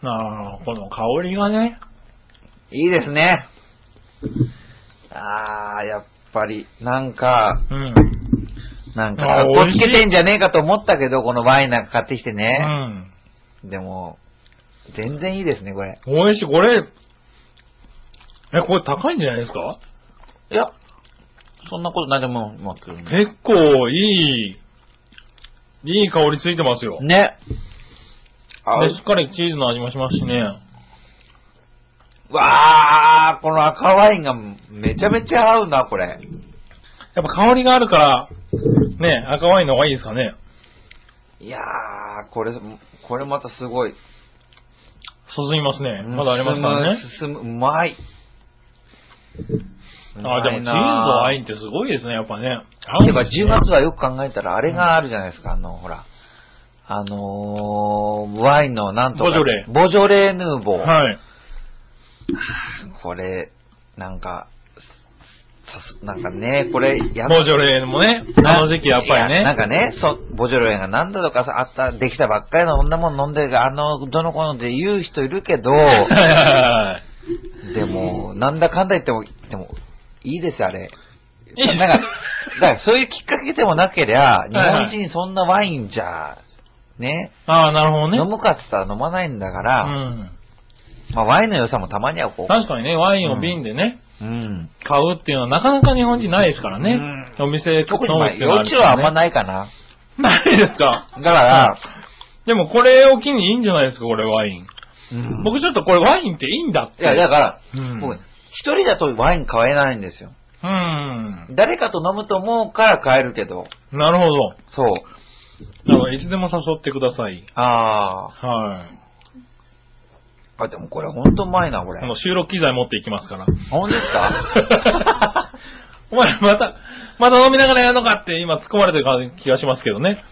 Speaker 2: ああ、この香りがね。
Speaker 1: いいですね。あー、やっぱり、なんか、
Speaker 2: うん。
Speaker 1: なんか、
Speaker 2: あ
Speaker 1: か
Speaker 2: ー
Speaker 1: っこつけてんじゃねえかと思ったけど、このワインなんか買ってきて
Speaker 2: う
Speaker 1: ね。
Speaker 2: ん。
Speaker 1: でも、全然いいですね、これ。
Speaker 2: 美味しい。これ、え、これ高いんじゃないですか
Speaker 1: いや、そんなことないでも、まあ、
Speaker 2: 結構いい、いい香りついてますよ。
Speaker 1: ね。あ、
Speaker 2: で、しっかりチーズの味もしますしね。
Speaker 1: わー、この赤ワインがめちゃめちゃ合うな、これ。
Speaker 2: やっぱ香りがあるから、ね、赤ワインの方がいいですかね。
Speaker 1: いやー、これ、これまたすごい。
Speaker 2: 進みますね。まだありますからね。
Speaker 1: 進む、進むうまい。
Speaker 2: あ、でもチーズとワインってすごいですね、やっぱね。合
Speaker 1: ン。
Speaker 2: う
Speaker 1: て
Speaker 2: んで
Speaker 1: か、
Speaker 2: すね
Speaker 1: 10月はよく考えたら、あれがあるじゃないですか、あの、ほら。あのー、ワインのなんとか。
Speaker 2: ボジョレー
Speaker 1: ボジョレーヌーボー。
Speaker 2: はい。
Speaker 1: これ、なんか、さす、なんかね、これ、やっ
Speaker 2: ボジョレーヌもね、あの時期やっぱり
Speaker 1: いなん
Speaker 2: ね。
Speaker 1: かね、そ、ボジョレーが何だとかさ、あった、できたばっかりの女もん飲んでるあの、どの子のって言う人いるけ ど、
Speaker 2: はいはいはいはい。
Speaker 1: でも、なんだかんだ言っても、でも、いいですよ、あれ。
Speaker 2: いです
Speaker 1: なんか、だからそういうきっかけでもなけりゃ、
Speaker 2: い
Speaker 1: 日
Speaker 2: はい
Speaker 1: 本人そんなワインじゃ、ね、
Speaker 2: ああ、なるほどね。
Speaker 1: 飲むかって言ったら飲まないんだから、
Speaker 2: うん。
Speaker 1: まあワインの良さもたまにはこ
Speaker 2: 確かにね、ワインを瓶でね、
Speaker 1: う、うん。
Speaker 2: 買うっていうのはなかなか日本人ないですからね。
Speaker 1: う
Speaker 2: お店、
Speaker 1: 特にまあ、
Speaker 2: 飲むっていうの
Speaker 1: 幼
Speaker 2: る
Speaker 1: 稚
Speaker 2: から
Speaker 1: はあんま
Speaker 2: ね
Speaker 1: ないかな。
Speaker 2: ないですか。
Speaker 1: だから、
Speaker 2: でもこれを機にいいんじゃないですか、これワイン。
Speaker 1: うん
Speaker 2: 僕ちょっとこれワインっていいんだって。
Speaker 1: いや、だから、
Speaker 2: うん
Speaker 1: 僕、一人だとワイン買えないんですよ。
Speaker 2: うん。
Speaker 1: 誰かと飲むと思うから買えるけど、
Speaker 2: なるほど。
Speaker 1: そう。
Speaker 2: だからいつでも誘ってください。
Speaker 1: あ
Speaker 2: はい。
Speaker 1: あ。あ、でもこれほんとうまいな、これ
Speaker 2: あ。の収録機材持っていきますから。
Speaker 1: ほんですか
Speaker 2: お前、また、また飲みながらやるのかって今突っ込まれてる気がしますけどね。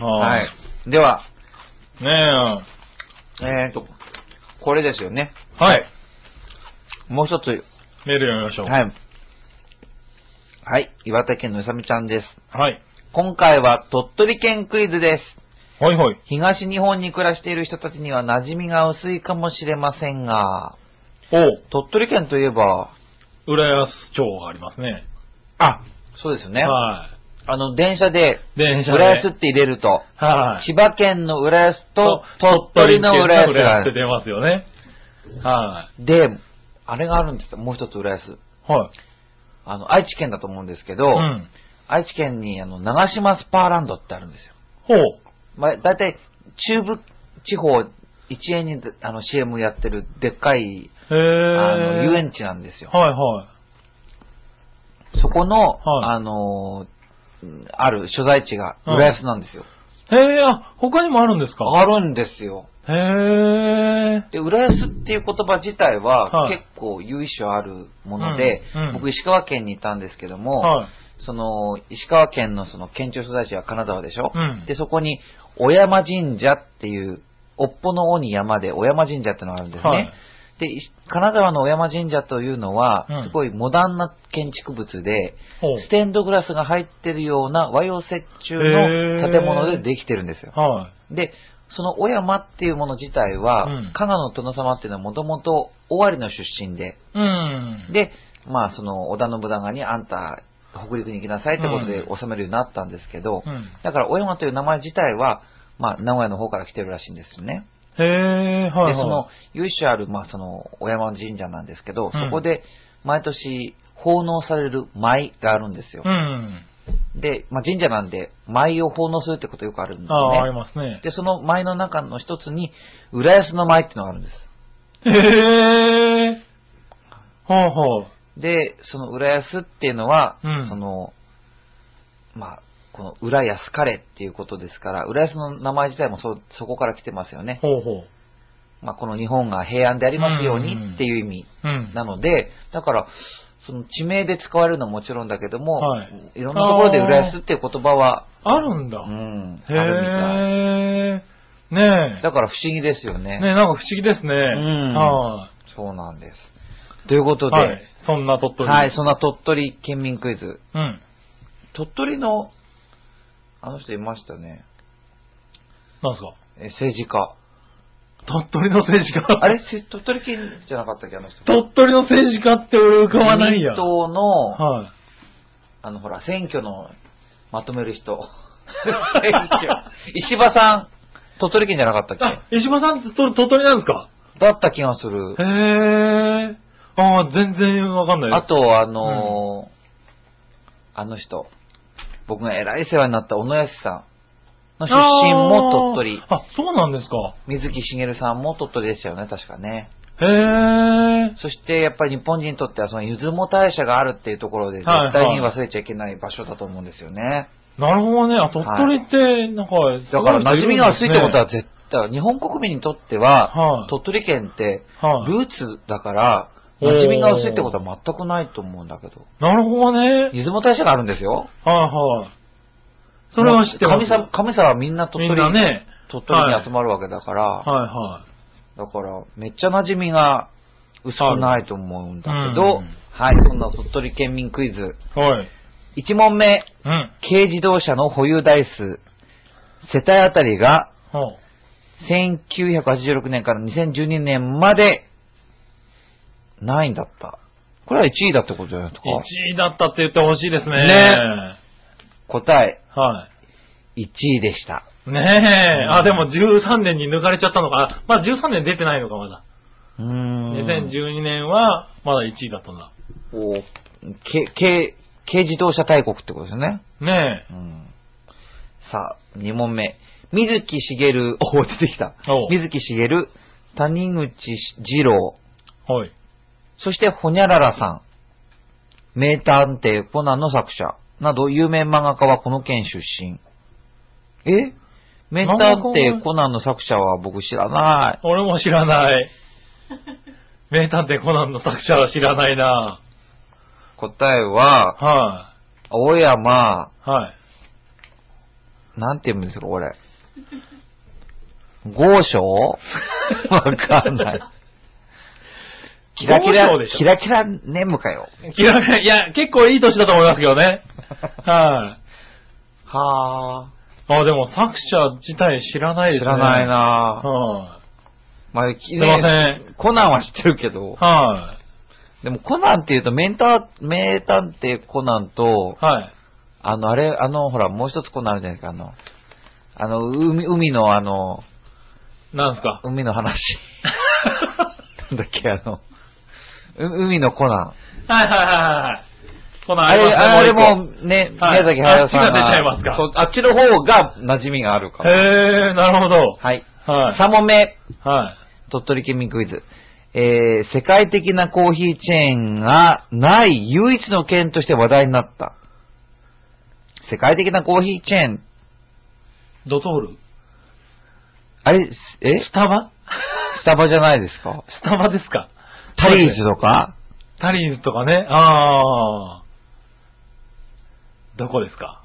Speaker 2: は。
Speaker 1: はいい。では、
Speaker 2: ねえ。は
Speaker 1: えーと、これですよね。
Speaker 2: い。
Speaker 1: もう一つ、
Speaker 2: メール読みましょう。
Speaker 1: はい。はい、岩手県のうさみちゃんです。
Speaker 2: はい。
Speaker 1: 今回は鳥取県クイズです。
Speaker 2: はいはい。
Speaker 1: 東日本に暮らしている人たちには馴染みが薄いかもしれませんが、
Speaker 2: お
Speaker 1: 鳥取県といえば、
Speaker 2: 浦安町がありますね。
Speaker 1: あ、そうですよね。
Speaker 2: は
Speaker 1: あの、電車で、
Speaker 2: い。電車で。
Speaker 1: 浦安って入れると、
Speaker 2: はい。
Speaker 1: 千葉県の浦安と鳥取の浦安
Speaker 2: 浦
Speaker 1: があ
Speaker 2: 安って
Speaker 1: る。
Speaker 2: 出ますよね。は
Speaker 1: で、あれがあるんですよもう一つ浦安。
Speaker 2: い。はい。
Speaker 1: あの、愛知県だと思うんですけど、
Speaker 2: うん。
Speaker 1: 愛知県に、あの、長島スパーランドってあるんですよ。
Speaker 2: ほう。
Speaker 1: まあ、だいたい、中部地方一円に、あの、CM やってる、でっかい、
Speaker 2: へ
Speaker 1: あ
Speaker 2: え。
Speaker 1: の、遊園地なんですよ。
Speaker 2: はいはい。
Speaker 1: そこの、
Speaker 2: はい
Speaker 1: あのー、うんある所在地が、
Speaker 2: うん
Speaker 1: 浦安なんですよ。
Speaker 2: へえ、あ、他にもあるんですか
Speaker 1: あるんですよ。
Speaker 2: へえ。
Speaker 1: で、浦安っていう言葉自体は、
Speaker 2: はい
Speaker 1: 結構由緒あるもので、
Speaker 2: うんうん
Speaker 1: 僕、石川県にいたんですけども、
Speaker 2: はい。
Speaker 1: その、石川県のその県庁所在地は金沢でしょ、
Speaker 2: うん
Speaker 1: で、そこに、小山神社っていう、おっぽの尾に山で、小山神社ってのがあるんですね。
Speaker 2: はい。
Speaker 1: で、石金沢の小山神社というのは
Speaker 2: うん、
Speaker 1: すごいモダンな建築物で、
Speaker 2: ほう。
Speaker 1: ステンドグラスが入ってるような和洋折衷
Speaker 2: へ
Speaker 1: の
Speaker 2: ー
Speaker 1: 建物でできてるんですよ。
Speaker 2: は
Speaker 1: で、その小山っていうもの自体は、
Speaker 2: うん
Speaker 1: 加賀の殿様っていうのはもともと尾張の出身で、
Speaker 2: い。うん。
Speaker 1: で、まあその織田信長にあんた北陸に行きなさいってことで
Speaker 2: う
Speaker 1: 治めるようになったんですけど、
Speaker 2: うん、
Speaker 1: だから小山という名前自体は、まあ名古屋の方から来てるらしいんですよね。
Speaker 2: へえ、はい、は
Speaker 1: で、
Speaker 2: い。
Speaker 1: その、由緒ある、まあ、その、小山神社なんですけど、
Speaker 2: うん
Speaker 1: そこで、毎年、奉納される舞があるんですよ
Speaker 2: う。ん。
Speaker 1: で、まあ、神社なんで、舞を奉納するってことよくあるんです
Speaker 2: ああ、あり
Speaker 1: ね。
Speaker 2: ますね。
Speaker 1: で、その舞の中の一つに、浦安の舞っていうのがあるんです。
Speaker 2: へえ。ほうほう。
Speaker 1: で、その浦安っていうのは、
Speaker 2: うん
Speaker 1: その、まあ、この浦安カレーっていうことですから、浦安の名前自体もそうそこから来てますよね。
Speaker 2: ほうほう。
Speaker 1: まあ、この日本が平安でありますようにっていう意味。
Speaker 2: うん。
Speaker 1: なので、だから、その地名で使われるのはもちろんだけども、、
Speaker 2: はい
Speaker 1: ろんなところで浦安っていう言葉は、
Speaker 2: あるんだ。
Speaker 1: うん、あるみ
Speaker 2: へえ。ね
Speaker 1: たい。
Speaker 2: え。
Speaker 1: だから不思議ですよね。
Speaker 2: ねえ、なんか不思議ですね。
Speaker 1: ん
Speaker 2: は
Speaker 1: そうなんです。というこ
Speaker 2: い。
Speaker 1: とで、
Speaker 2: は
Speaker 1: はい
Speaker 2: い。そんな鳥取。
Speaker 1: そんな鳥取県民クイズ。
Speaker 2: うん。
Speaker 1: 鳥取の、あの人いましたね。
Speaker 2: なんすか
Speaker 1: え政治家。
Speaker 2: 鳥取の政治家。
Speaker 1: あれせ鳥取県じゃなかったっけあの人。
Speaker 2: 鳥取の政治家って俺浮かばないや。
Speaker 1: 自民党の、
Speaker 2: はい。
Speaker 1: あの、ほら、選挙のまとめる人。選挙 石破さん、鳥取県じゃなかったっ
Speaker 2: あ
Speaker 1: け、
Speaker 2: 石破さんって鳥鳥取なんですか
Speaker 1: だった気がする。
Speaker 2: へえ。ああ、全然わかんない
Speaker 1: あ
Speaker 2: です。
Speaker 1: と、あのーあの人、僕が偉い世話になった小野安さんの出身も鳥取。
Speaker 2: あーあ、そうなんですか。
Speaker 1: 水木しげるさんも鳥取でしたよね、確かね。
Speaker 2: へえ。
Speaker 1: そして、やっぱり日本人にとっては、その、出雲大社があるっていうところで、絶
Speaker 2: はい
Speaker 1: 対に忘れちゃいけない場所だと思うんですよね。
Speaker 2: なるほどね。あ、鳥取って、なんか、
Speaker 1: だから、馴染みが薄いってこと
Speaker 2: は
Speaker 1: は、絶対、日本国民にとっては
Speaker 2: は、い
Speaker 1: 鳥取県って、
Speaker 2: はい。
Speaker 1: ルーツだから、馴染みが薄いってことは全くないと思うんだけど。
Speaker 2: なるほどね。
Speaker 1: 出雲大社があるんですよ。
Speaker 2: はいはい。それは知ってます。
Speaker 1: 神様、神様はみんな鳥
Speaker 2: みん
Speaker 1: 取
Speaker 2: なね。
Speaker 1: 鳥取に集まるわけだから、
Speaker 2: はいは
Speaker 1: だから、めっちゃ馴染みが薄くないと思うんだけど、
Speaker 2: うん
Speaker 1: はい、そんな鳥取県民クイズ。
Speaker 2: い。はい。
Speaker 1: 1問目、
Speaker 2: うん。
Speaker 1: 軽自動車の保有台数、世帯あたりが、
Speaker 2: は
Speaker 1: 1986年から2012年まで、ないんだった。これは1位だってことじゃないですか。
Speaker 2: 1位だったって言ってほしいですね。
Speaker 1: ね答え、
Speaker 2: は
Speaker 1: 1位でした。
Speaker 2: い。ねえ。あ、でも13年に抜かれちゃったのか。あまだ13年出てないのか、まだ。
Speaker 1: うーん。
Speaker 2: 2012年は、まだ1位だったんだ。
Speaker 1: おーけ軽、軽自動車大国ってことですよね。
Speaker 2: ね
Speaker 1: うんさあ、2問目。水木しげる、お出てきた
Speaker 2: お。
Speaker 1: 水木しげる、谷口二郎、
Speaker 2: え。はい。
Speaker 1: そしてほにゃららさん、名探偵コナンの作者、など有名漫画家はこの県出身。え名探偵コナンの作者は僕知らない。
Speaker 2: 俺も知らない。 名探偵コナンの作者は知らないな。
Speaker 1: 答えは、
Speaker 2: は
Speaker 1: 青山、
Speaker 2: い。はい。
Speaker 1: なんて読むんですか、これ。豪商 わかんない。キラキラ
Speaker 2: 豪商で、しょ
Speaker 1: キラキラネーム かよ。
Speaker 2: 嫌い、いや、結構いい年だと思いますけ どね。はい、
Speaker 1: はあ。
Speaker 2: あ。でも作者自体知らないで
Speaker 1: 知
Speaker 2: すね。
Speaker 1: らないなぁ。
Speaker 2: は
Speaker 1: まあ、き
Speaker 2: い、すいません。
Speaker 1: コナンは知ってるけど。
Speaker 2: はい、
Speaker 1: でもコナンって言うと、メンター、名探偵コナンと、
Speaker 2: はい。
Speaker 1: あの、あれ、あの、ほら、もう一つコナンあるじゃないですか、あの、あの、海、海のあの、
Speaker 2: なんすか。
Speaker 1: 海の 話。なんだっけ、あの、う海のコナン。
Speaker 2: はいはいはいはい。この
Speaker 1: あれ、あれもね、
Speaker 2: はい
Speaker 1: 宮崎駿さん
Speaker 2: あっちが出ちゃいますか
Speaker 1: そうあっちの方が馴染みがあるから。
Speaker 2: へえ、なるほど。
Speaker 1: はい。
Speaker 2: はい。
Speaker 1: 3問目、
Speaker 2: は
Speaker 1: 鳥取県民クイズ。えー、世界的なコーヒーチェーンがない唯一の県として話題になった。世界的なコーヒーチェーン、
Speaker 2: い。ドトール
Speaker 1: あれ、え
Speaker 2: スタバ
Speaker 1: スタバじゃないです か
Speaker 2: スタバですか
Speaker 1: タリーズとか
Speaker 2: タリーズとかね。ああ。どこですか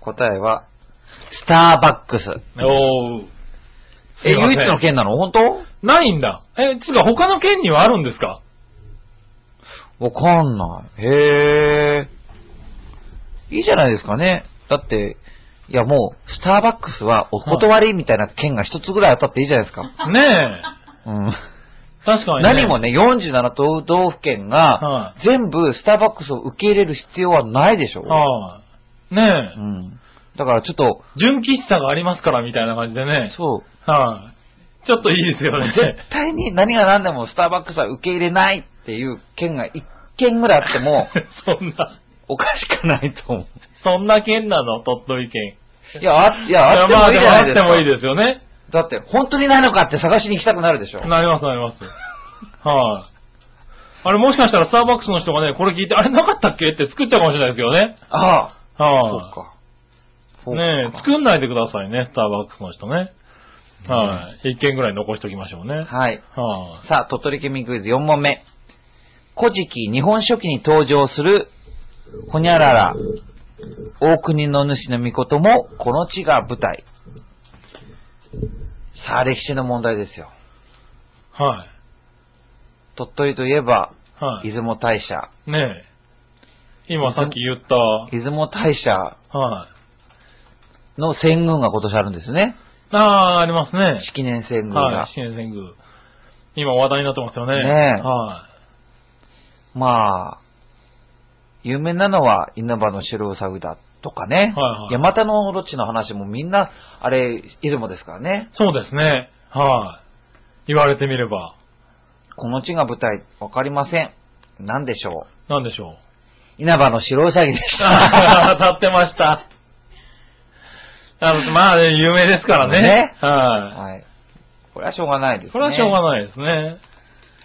Speaker 1: 答えは、スターバックス。
Speaker 2: おー。
Speaker 1: え、
Speaker 2: すいま
Speaker 1: 唯
Speaker 2: せん
Speaker 1: 一の県なの本当
Speaker 2: ないんだ。え、つうか他の県にはあるんですか
Speaker 1: わかんない。へえ。いいじゃないですかね。だって、いやもう、スターバックスはお断りみたいな県が一つぐらい当たっていいじゃないですか。
Speaker 2: ねえ。
Speaker 1: うん。
Speaker 2: 確かにね。
Speaker 1: 何もね、47都道府県が
Speaker 2: は、
Speaker 1: 全部スターバックスを受け入れる必要はないでしょ。
Speaker 2: はい。ね
Speaker 1: う
Speaker 2: え。
Speaker 1: ん。だからちょっと、
Speaker 2: 純喫茶がありますからみたいな感じでね。
Speaker 1: そう、
Speaker 2: はい。ちょっといいですよね。
Speaker 1: 絶対に何が何でもスターバックスは受け入れないっていう県が1県ぐらいあって も、
Speaker 2: そんな、
Speaker 1: おかしくないと思
Speaker 2: そんな県なの、鳥取県。
Speaker 1: う。いや、あ、いや、あって
Speaker 2: ま
Speaker 1: も
Speaker 2: あ
Speaker 1: いい
Speaker 2: で
Speaker 1: じ
Speaker 2: も
Speaker 1: ゃな
Speaker 2: あっ
Speaker 1: いです
Speaker 2: て
Speaker 1: か。
Speaker 2: もいいですよね。
Speaker 1: だって、本当にないのかって探しに行きたくなるでしょ。
Speaker 2: なります、なります。はい、あれ、もしかしたらスターバックスの人がね、これ聞いて、あれなかったっけって作っちゃうかもしれないですけどね。
Speaker 1: ああ、そう
Speaker 2: はい、
Speaker 1: か。そうか
Speaker 2: ねえ、作んないでくださいね、スターバックスの人ね。はい、一件ぐらい残しておきましょうね。はい、
Speaker 1: はい。さあ、鳥取県民クイズ4問目。古事記日本書紀に登場する、ほにゃらら、大国の主の御事も、この地が舞台。さあ、歴史の問題ですよ。
Speaker 2: はい、
Speaker 1: 鳥取といえば、
Speaker 2: はい、
Speaker 1: 出雲大社。
Speaker 2: ねえ、今さっき言った、
Speaker 1: 出雲大社
Speaker 2: はい。
Speaker 1: の戦軍が今年あるんですね。
Speaker 2: ああー、ありますね。
Speaker 1: 式年戦軍が。
Speaker 2: はい、新鮮宮。今話題になってますよね。
Speaker 1: ねえ
Speaker 2: は
Speaker 1: まあ、有名なのは稲葉の白うさぐだとかね、
Speaker 2: はいはい
Speaker 1: 山田のオロチの話もみんな、あれ、出雲ですからね
Speaker 2: い。。そうですね。はい。言われてみれば、
Speaker 1: この地が舞台、わかりません。なんでしょ
Speaker 2: なんで しょう。
Speaker 1: う。稲葉の白うさぎでし
Speaker 2: 当
Speaker 1: た。
Speaker 2: たってました。あのまあね、有名ですからね。
Speaker 1: ね
Speaker 2: は
Speaker 1: はい。これはしょうがないです
Speaker 2: い。
Speaker 1: ね。
Speaker 2: これはしょうがないですね。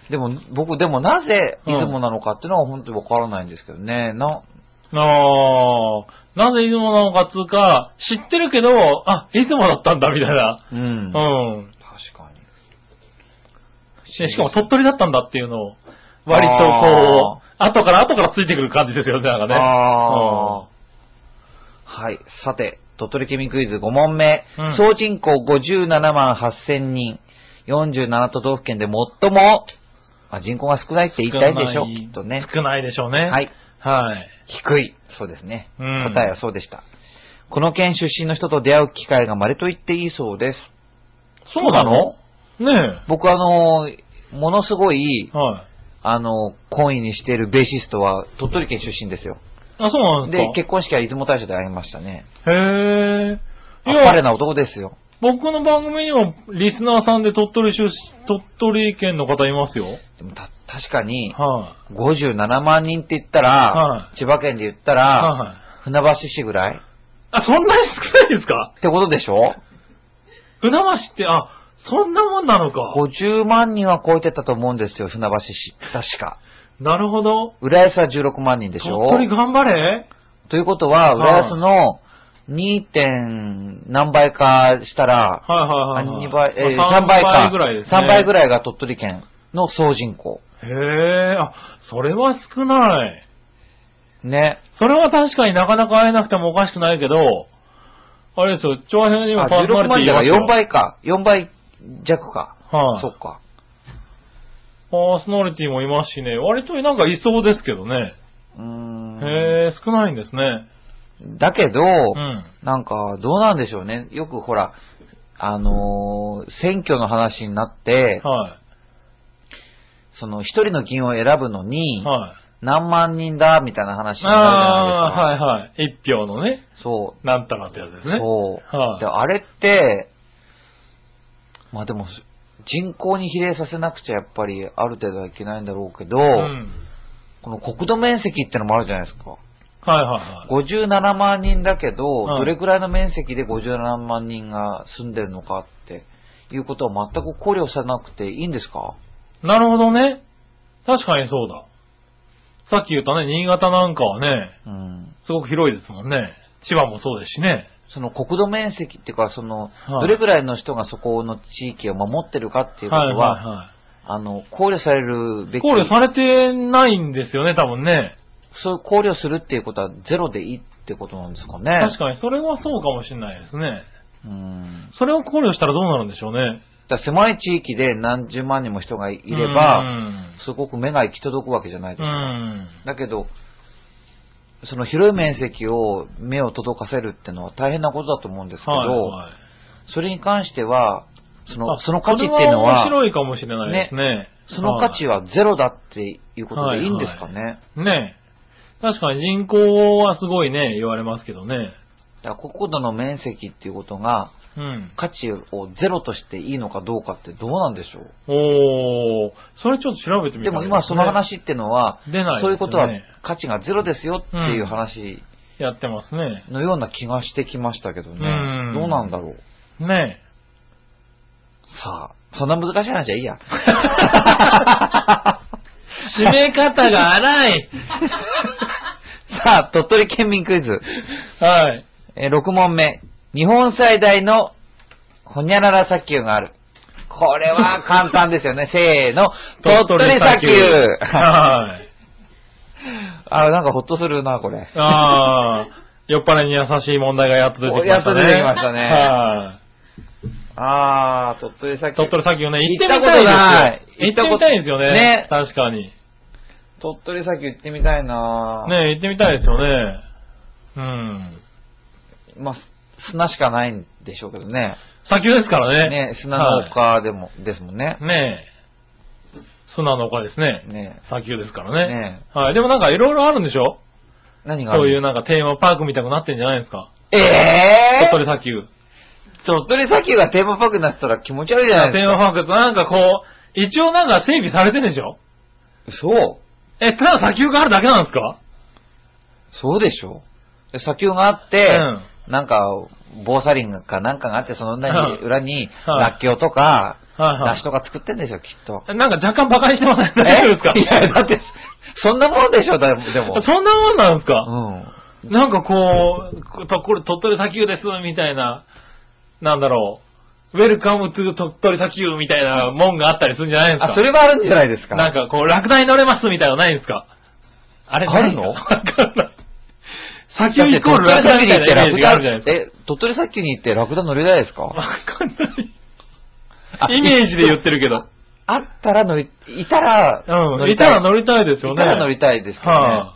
Speaker 1: でも、僕、でもなぜ
Speaker 2: う
Speaker 1: 出
Speaker 2: ん
Speaker 1: 雲なのかっていうのは本当にわからないんですけどね。な、
Speaker 2: あーなぜ出雲なのかっつうか、知ってるけど、あ、出雲だったんだ、みたいな。
Speaker 1: うん。確
Speaker 2: うん。
Speaker 1: かに。
Speaker 2: でしかも鳥取だったんだっていうのを、割とこう、後から後からついてくる感じですよね、なんかね。
Speaker 1: あー
Speaker 2: うん
Speaker 1: はい。さて、鳥取県民クイズ5問目。
Speaker 2: うん
Speaker 1: 総人口57万8000人。47都道府県で最も、あ人口が少ないって言いたいんでしょう、
Speaker 2: 少ない
Speaker 1: きっとね。
Speaker 2: 少ないでしょうね。
Speaker 1: は。い。
Speaker 2: はい。
Speaker 1: 低い。そうですね。
Speaker 2: うん
Speaker 1: 答えはそうでした。この県出身の人と出会う機会が稀と言っていいそうです。
Speaker 2: そうなのね
Speaker 1: 僕あのー、ものすごい
Speaker 2: え。、はい。
Speaker 1: あのー、懇意にしているベーシストは鳥取県出身ですよ。
Speaker 2: あ、そうなんです
Speaker 1: で
Speaker 2: か。、
Speaker 1: 結婚式は出雲大社で会いましたね。
Speaker 2: へえ。
Speaker 1: あ
Speaker 2: い
Speaker 1: っぱ
Speaker 2: や
Speaker 1: れ、な男ですよ。
Speaker 2: 僕の番組にもリスナーさんで鳥取出鳥取県の方いますよ。
Speaker 1: でもた、確かに、
Speaker 2: は
Speaker 1: 57万人って言ったら、
Speaker 2: は
Speaker 1: 千葉県で言った
Speaker 2: い。
Speaker 1: ら、
Speaker 2: はいはい。
Speaker 1: 船橋市ぐらい
Speaker 2: あ、そんなに少ないですか
Speaker 1: ってことでしょ
Speaker 2: 船橋って、あ、そんなもんなのか。
Speaker 1: ?50 万人は超えてたと思うんですよ、船橋市。確か。
Speaker 2: なるほど。
Speaker 1: 浦安は16万人でしょ
Speaker 2: 鳥取頑張れ
Speaker 1: ということは、
Speaker 2: はい
Speaker 1: 浦安の 2. 点何倍かしたら、
Speaker 2: はいはいはいはい。
Speaker 1: 2倍、えー
Speaker 2: まあ
Speaker 1: 3倍か。
Speaker 2: 3倍ぐらいですね。
Speaker 1: 3倍ぐらいが鳥取県の総人口。
Speaker 2: へえ、あ、それは少ない。
Speaker 1: ね。
Speaker 2: それは確かになかなか会えなくてもおかしくないけど、あれですよ、長編に
Speaker 1: あ
Speaker 2: もパーソナ
Speaker 1: 16万
Speaker 2: リティい
Speaker 1: 人だ
Speaker 2: ま
Speaker 1: か
Speaker 2: すよ
Speaker 1: ら4。倍か。4倍弱か。
Speaker 2: はい、
Speaker 1: そっか。
Speaker 2: パーソナリティもいますしね、割となんかいそうですけどね。
Speaker 1: うーん。
Speaker 2: へえ、少ないんですね。
Speaker 1: だけど、
Speaker 2: うん。
Speaker 1: なんか、どうなんでしょうね。よくほら、あのー選挙の話になって、
Speaker 2: は
Speaker 1: その、一人の議員を選ぶの
Speaker 2: い。
Speaker 1: に、
Speaker 2: はい。
Speaker 1: 何万人だ、みたいな話になるじゃないですか。
Speaker 2: ああー、はいはい。一票のね、
Speaker 1: そ
Speaker 2: なんたらってやつです
Speaker 1: う。
Speaker 2: ね。
Speaker 1: そう、
Speaker 2: はい
Speaker 1: で。あれって、まあでも、人口に比例させなくちゃやっぱりある程度はいけないんだろうけど、
Speaker 2: うん。
Speaker 1: この国土面積ってのもあるじゃないですか。
Speaker 2: はいはいはい。
Speaker 1: 57万人だけど、
Speaker 2: はい
Speaker 1: どれくらいの面積で57万人が住んでるのかっていうことを全く考慮さなくていいんですか
Speaker 2: なるほどね。確かにそうだ。さっき言ったね、新潟なんかはね、
Speaker 1: うん。
Speaker 2: すごく広いですもんね。千葉もそうですしね。
Speaker 1: その国土面積っていうか、その、
Speaker 2: はい
Speaker 1: どれくらいの人がそこの地域を守ってるかっていうことは、
Speaker 2: は
Speaker 1: あの、考慮される
Speaker 2: いはいは
Speaker 1: べき。
Speaker 2: い。考慮されてないんですよね、多分ね。
Speaker 1: そういう考慮するっていうことはゼロでいいってことなんですかね。
Speaker 2: 確かに、それはそうかもしれないですね。
Speaker 1: うん。
Speaker 2: それを考慮したらどうなるんでしょうね。
Speaker 1: だから狭い地域で何十万人も人がいうれば、
Speaker 2: ん
Speaker 1: すごく目が行き届くわけじゃないです
Speaker 2: う
Speaker 1: か。
Speaker 2: ん。
Speaker 1: だけど、その広い面積を目を届かせるってのは大変なことだと思うんですけど、
Speaker 2: はいはい。
Speaker 1: それに関しては、その
Speaker 2: あ
Speaker 1: その価値っていうのは
Speaker 2: それ面白いかもしれないですね。
Speaker 1: その価値はゼロだっていうことでいいんですかね。
Speaker 2: はいねえ確かに人口はすごいね、言われますけどね。
Speaker 1: だから国土の面積っていうことが
Speaker 2: うん。
Speaker 1: 価値をゼロとしていいのかどうかってどうなんでしょう
Speaker 2: おー、それちょっと調べてみ
Speaker 1: で
Speaker 2: たい
Speaker 1: も今その
Speaker 2: ね
Speaker 1: 話ってのは、
Speaker 2: 出ないですね
Speaker 1: そういうことは価値がゼロですよっていう話
Speaker 2: やってますね。
Speaker 1: のような気がしてきましたけどね。
Speaker 2: うん
Speaker 1: どうなんだろう。
Speaker 2: ね
Speaker 1: さあ、そんな難しい話はいいや。
Speaker 2: え。 締め方が荒い
Speaker 1: さあ、鳥取県民クイズ。
Speaker 2: はい。
Speaker 1: え6問目。日本最大のほにゃらら砂丘がある。これは簡単ですよね。せーの。鳥取砂丘。
Speaker 2: はい。
Speaker 1: あ、なんかほっとするな、これ。
Speaker 2: あー、酔っ払いに優しい問題がやっと出てき
Speaker 1: お
Speaker 2: ましたね。
Speaker 1: やっと出てきましたね
Speaker 2: は
Speaker 1: あー、鳥取砂
Speaker 2: い。
Speaker 1: 丘。
Speaker 2: 鳥取砂丘ね、行
Speaker 1: 行
Speaker 2: っ
Speaker 1: ってた
Speaker 2: み
Speaker 1: こ
Speaker 2: た
Speaker 1: とないい
Speaker 2: ですよ。行ってみたいですよね。
Speaker 1: ね
Speaker 2: 確かに。
Speaker 1: 鳥取砂丘行ってみたいなぁ。
Speaker 2: ねえ、行ってみたいですよね。うん。
Speaker 1: まあ、砂しかないんでしょうけどね。
Speaker 2: 砂丘ですからね。
Speaker 1: ね、砂の丘でも、ですもんね。
Speaker 2: ねえ。砂の丘ですね。
Speaker 1: ね
Speaker 2: 砂丘ですからね。
Speaker 1: ね
Speaker 2: はい。でもなんかいろいろあるんでしょ
Speaker 1: 何がある
Speaker 2: そういうなんかテーマパークみたくなってんじゃないですか。
Speaker 1: ええ
Speaker 2: 鳥取砂丘。
Speaker 1: 鳥取砂丘がテーマパークになってたら気持ち悪いじゃないで
Speaker 2: テ
Speaker 1: す
Speaker 2: ー
Speaker 1: か。
Speaker 2: マパークってなんかこう、一応なんか整備されてるでしょ
Speaker 1: そう。
Speaker 2: え、ただ砂丘があるだけなんですか
Speaker 1: そうでしょ。で砂丘があって、なんか、防砂林かなんかがあって、その裏に、
Speaker 2: うん
Speaker 1: 裏に、
Speaker 2: はい
Speaker 1: らっきょうとか、
Speaker 2: はいはい
Speaker 1: 梨とか作ってんでしょ、きっと。
Speaker 2: うん。なんか若干馬鹿にしてません大丈夫ですか
Speaker 1: えいや、だって、そんなもんでしょ、だでも。
Speaker 2: そんなもんなんですか、
Speaker 1: うん。
Speaker 2: なんかこう、ことこれ鳥取砂丘です、みたいな、なんだろう、ウェルカムトゥ鳥取砂丘みたいなもんがあったりするんじゃないですか
Speaker 1: あ、それはあるんじゃないですか。
Speaker 2: なんかこう、ラクダに乗れますみたいなのないんですかあれ
Speaker 1: あるの
Speaker 2: ないん ですかわかん
Speaker 1: だって鳥
Speaker 2: ない砂丘イコールラ
Speaker 1: 取砂丘
Speaker 2: クダみ
Speaker 1: に行っ
Speaker 2: たいな
Speaker 1: て
Speaker 2: イメージがあるじゃな
Speaker 1: ラ
Speaker 2: い
Speaker 1: ク
Speaker 2: で
Speaker 1: ダ、え、鳥取砂丘に行ってラクダ乗れないです
Speaker 2: すか。
Speaker 1: か
Speaker 2: わかんない。
Speaker 1: あ
Speaker 2: イメージで言ってるけど。
Speaker 1: あったら乗り、いたら、
Speaker 2: うん。いたら乗りたいですよ
Speaker 1: い
Speaker 2: ね。
Speaker 1: たら乗りたいですけどね。
Speaker 2: は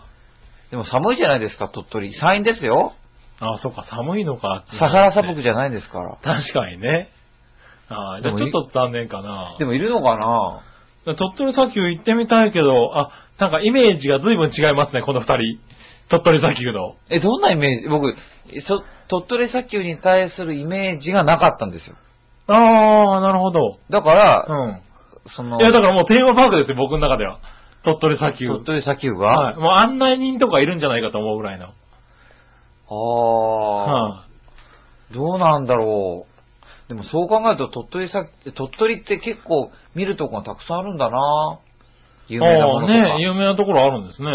Speaker 1: でも寒いじゃないですか、鳥取。山陰ですよ。
Speaker 2: あ。あ、そっか、寒いのか。
Speaker 1: サハラ砂漠じゃないんですから。
Speaker 2: 確かにね。ああ、じゃあちょっと残念かな。
Speaker 1: でもいるのかな
Speaker 2: 鳥取砂丘行ってみたいけど、あ、なんかイメージが随分違いますね、この二人。鳥取砂丘の。
Speaker 1: え、どんなイメージ僕、そ鳥取砂丘に対するイメージがなかったんですよ。
Speaker 2: ああ、なるほど。
Speaker 1: だから、
Speaker 2: う
Speaker 1: その
Speaker 2: ん。い、や、だからもうテーマパークですよ、僕の中では。鳥取砂丘。
Speaker 1: 鳥取砂丘が、
Speaker 2: はい。もう案内人とかいるんじゃないかと思うぐらいの。
Speaker 1: あー、
Speaker 2: は
Speaker 1: どうなんだろう。でもそう考えると鳥取砂鳥取って結構見るとこがたくさんあるんだな有名なものと
Speaker 2: あ
Speaker 1: か
Speaker 2: あ、ね、有名なところあるんですね。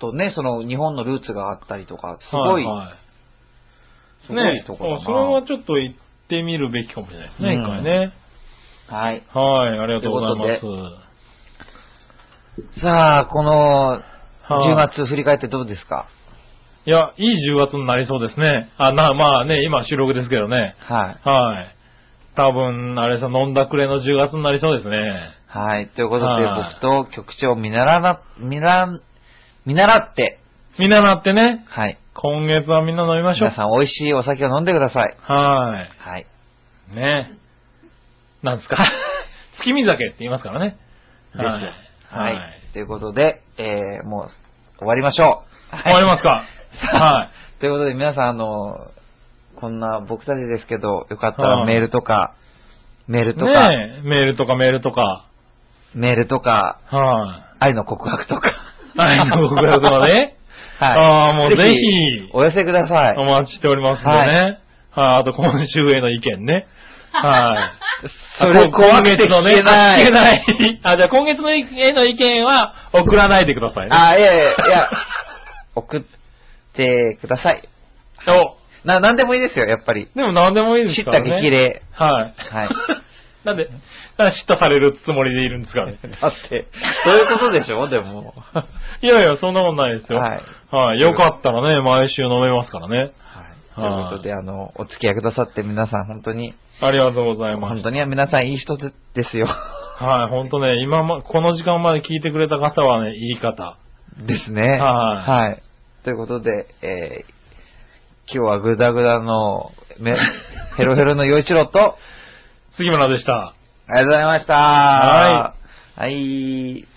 Speaker 1: とね、その日本のルーツがあったりとか、すごい、
Speaker 2: はは
Speaker 1: すごいとこ
Speaker 2: ね
Speaker 1: だ
Speaker 2: それ
Speaker 1: な
Speaker 2: はちょっと行ってみるべきかもしれないですね、
Speaker 1: うん
Speaker 2: 一回ね。
Speaker 1: はい。
Speaker 2: はい、ありがとうございます。
Speaker 1: といさあ、この
Speaker 2: はい
Speaker 1: 10月振り返ってどうですか
Speaker 2: いや、いい10月になりそうですね。あ、な、まあね、今収録ですけどね。
Speaker 1: はい。
Speaker 2: はい。多分、あれさ、飲んだくれの10月になりそうですね。
Speaker 1: はい。ということで、
Speaker 2: はい
Speaker 1: 僕と局長を見習な、見習、見習って、
Speaker 2: みんななってね、
Speaker 1: はい。
Speaker 2: 今月はみんな飲みましょう
Speaker 1: 皆。さん美味しいお酒を飲んでください。
Speaker 2: は
Speaker 1: はい。
Speaker 2: い。ね。なんです か月見酒って言いますからね。
Speaker 1: です。
Speaker 2: は
Speaker 1: はいい。
Speaker 2: はい
Speaker 1: ということで、えー、もう終わりましょう。
Speaker 2: 終わりますか
Speaker 1: さあ
Speaker 2: は
Speaker 1: ということで、皆さん、あの、こんな僕たちですけど、よかったら
Speaker 2: はい
Speaker 1: メールとか、メール
Speaker 2: い。
Speaker 1: とか、
Speaker 2: ねえメールとかメールとか。
Speaker 1: メールとか、
Speaker 2: は
Speaker 1: 愛の告白とか。
Speaker 2: はい、ご告白はね。
Speaker 1: は
Speaker 2: ああ、もうぜ
Speaker 1: い。
Speaker 2: ひ、
Speaker 1: お寄せください
Speaker 2: お。待ちしておりますんでね。はい、あと今週への意見ね。はい。
Speaker 1: それ怖くて聞けない。
Speaker 2: 聞けない。あ、じゃあ今月のへの意見は送らないでくださいね。
Speaker 1: あ、いやいやい や、送ってください。
Speaker 2: お
Speaker 1: な、なんでもいいですよ、やっぱり。
Speaker 2: でも何でもいいで
Speaker 1: 知
Speaker 2: す
Speaker 1: っ
Speaker 2: から
Speaker 1: た
Speaker 2: ね。
Speaker 1: 激。励。
Speaker 2: はい。
Speaker 1: はい。
Speaker 2: なんで、なんで叱咤されるつもりでいるんですかね。
Speaker 1: だって、そういうことでしょ、でも。
Speaker 2: いやいや、そんなことないですよ。
Speaker 1: はい。
Speaker 2: はい。よかったらね、毎週飲めますからね。
Speaker 1: はい。ということで、あの、お付き合いくださって皆さん本当に、
Speaker 2: ありがとうございます。
Speaker 1: 本当に皆さんいい人でですよ。
Speaker 2: はい、ほんとね、今ま、この時間まで聞いてくれた方はね、いい方。
Speaker 1: ですね。。
Speaker 2: はい
Speaker 1: ということで、えー今日はグダグダの、 めヘロヘロの洋一郎と、
Speaker 2: 杉村でした。
Speaker 1: ありがとうございました。。
Speaker 2: は
Speaker 1: は
Speaker 2: い
Speaker 1: い。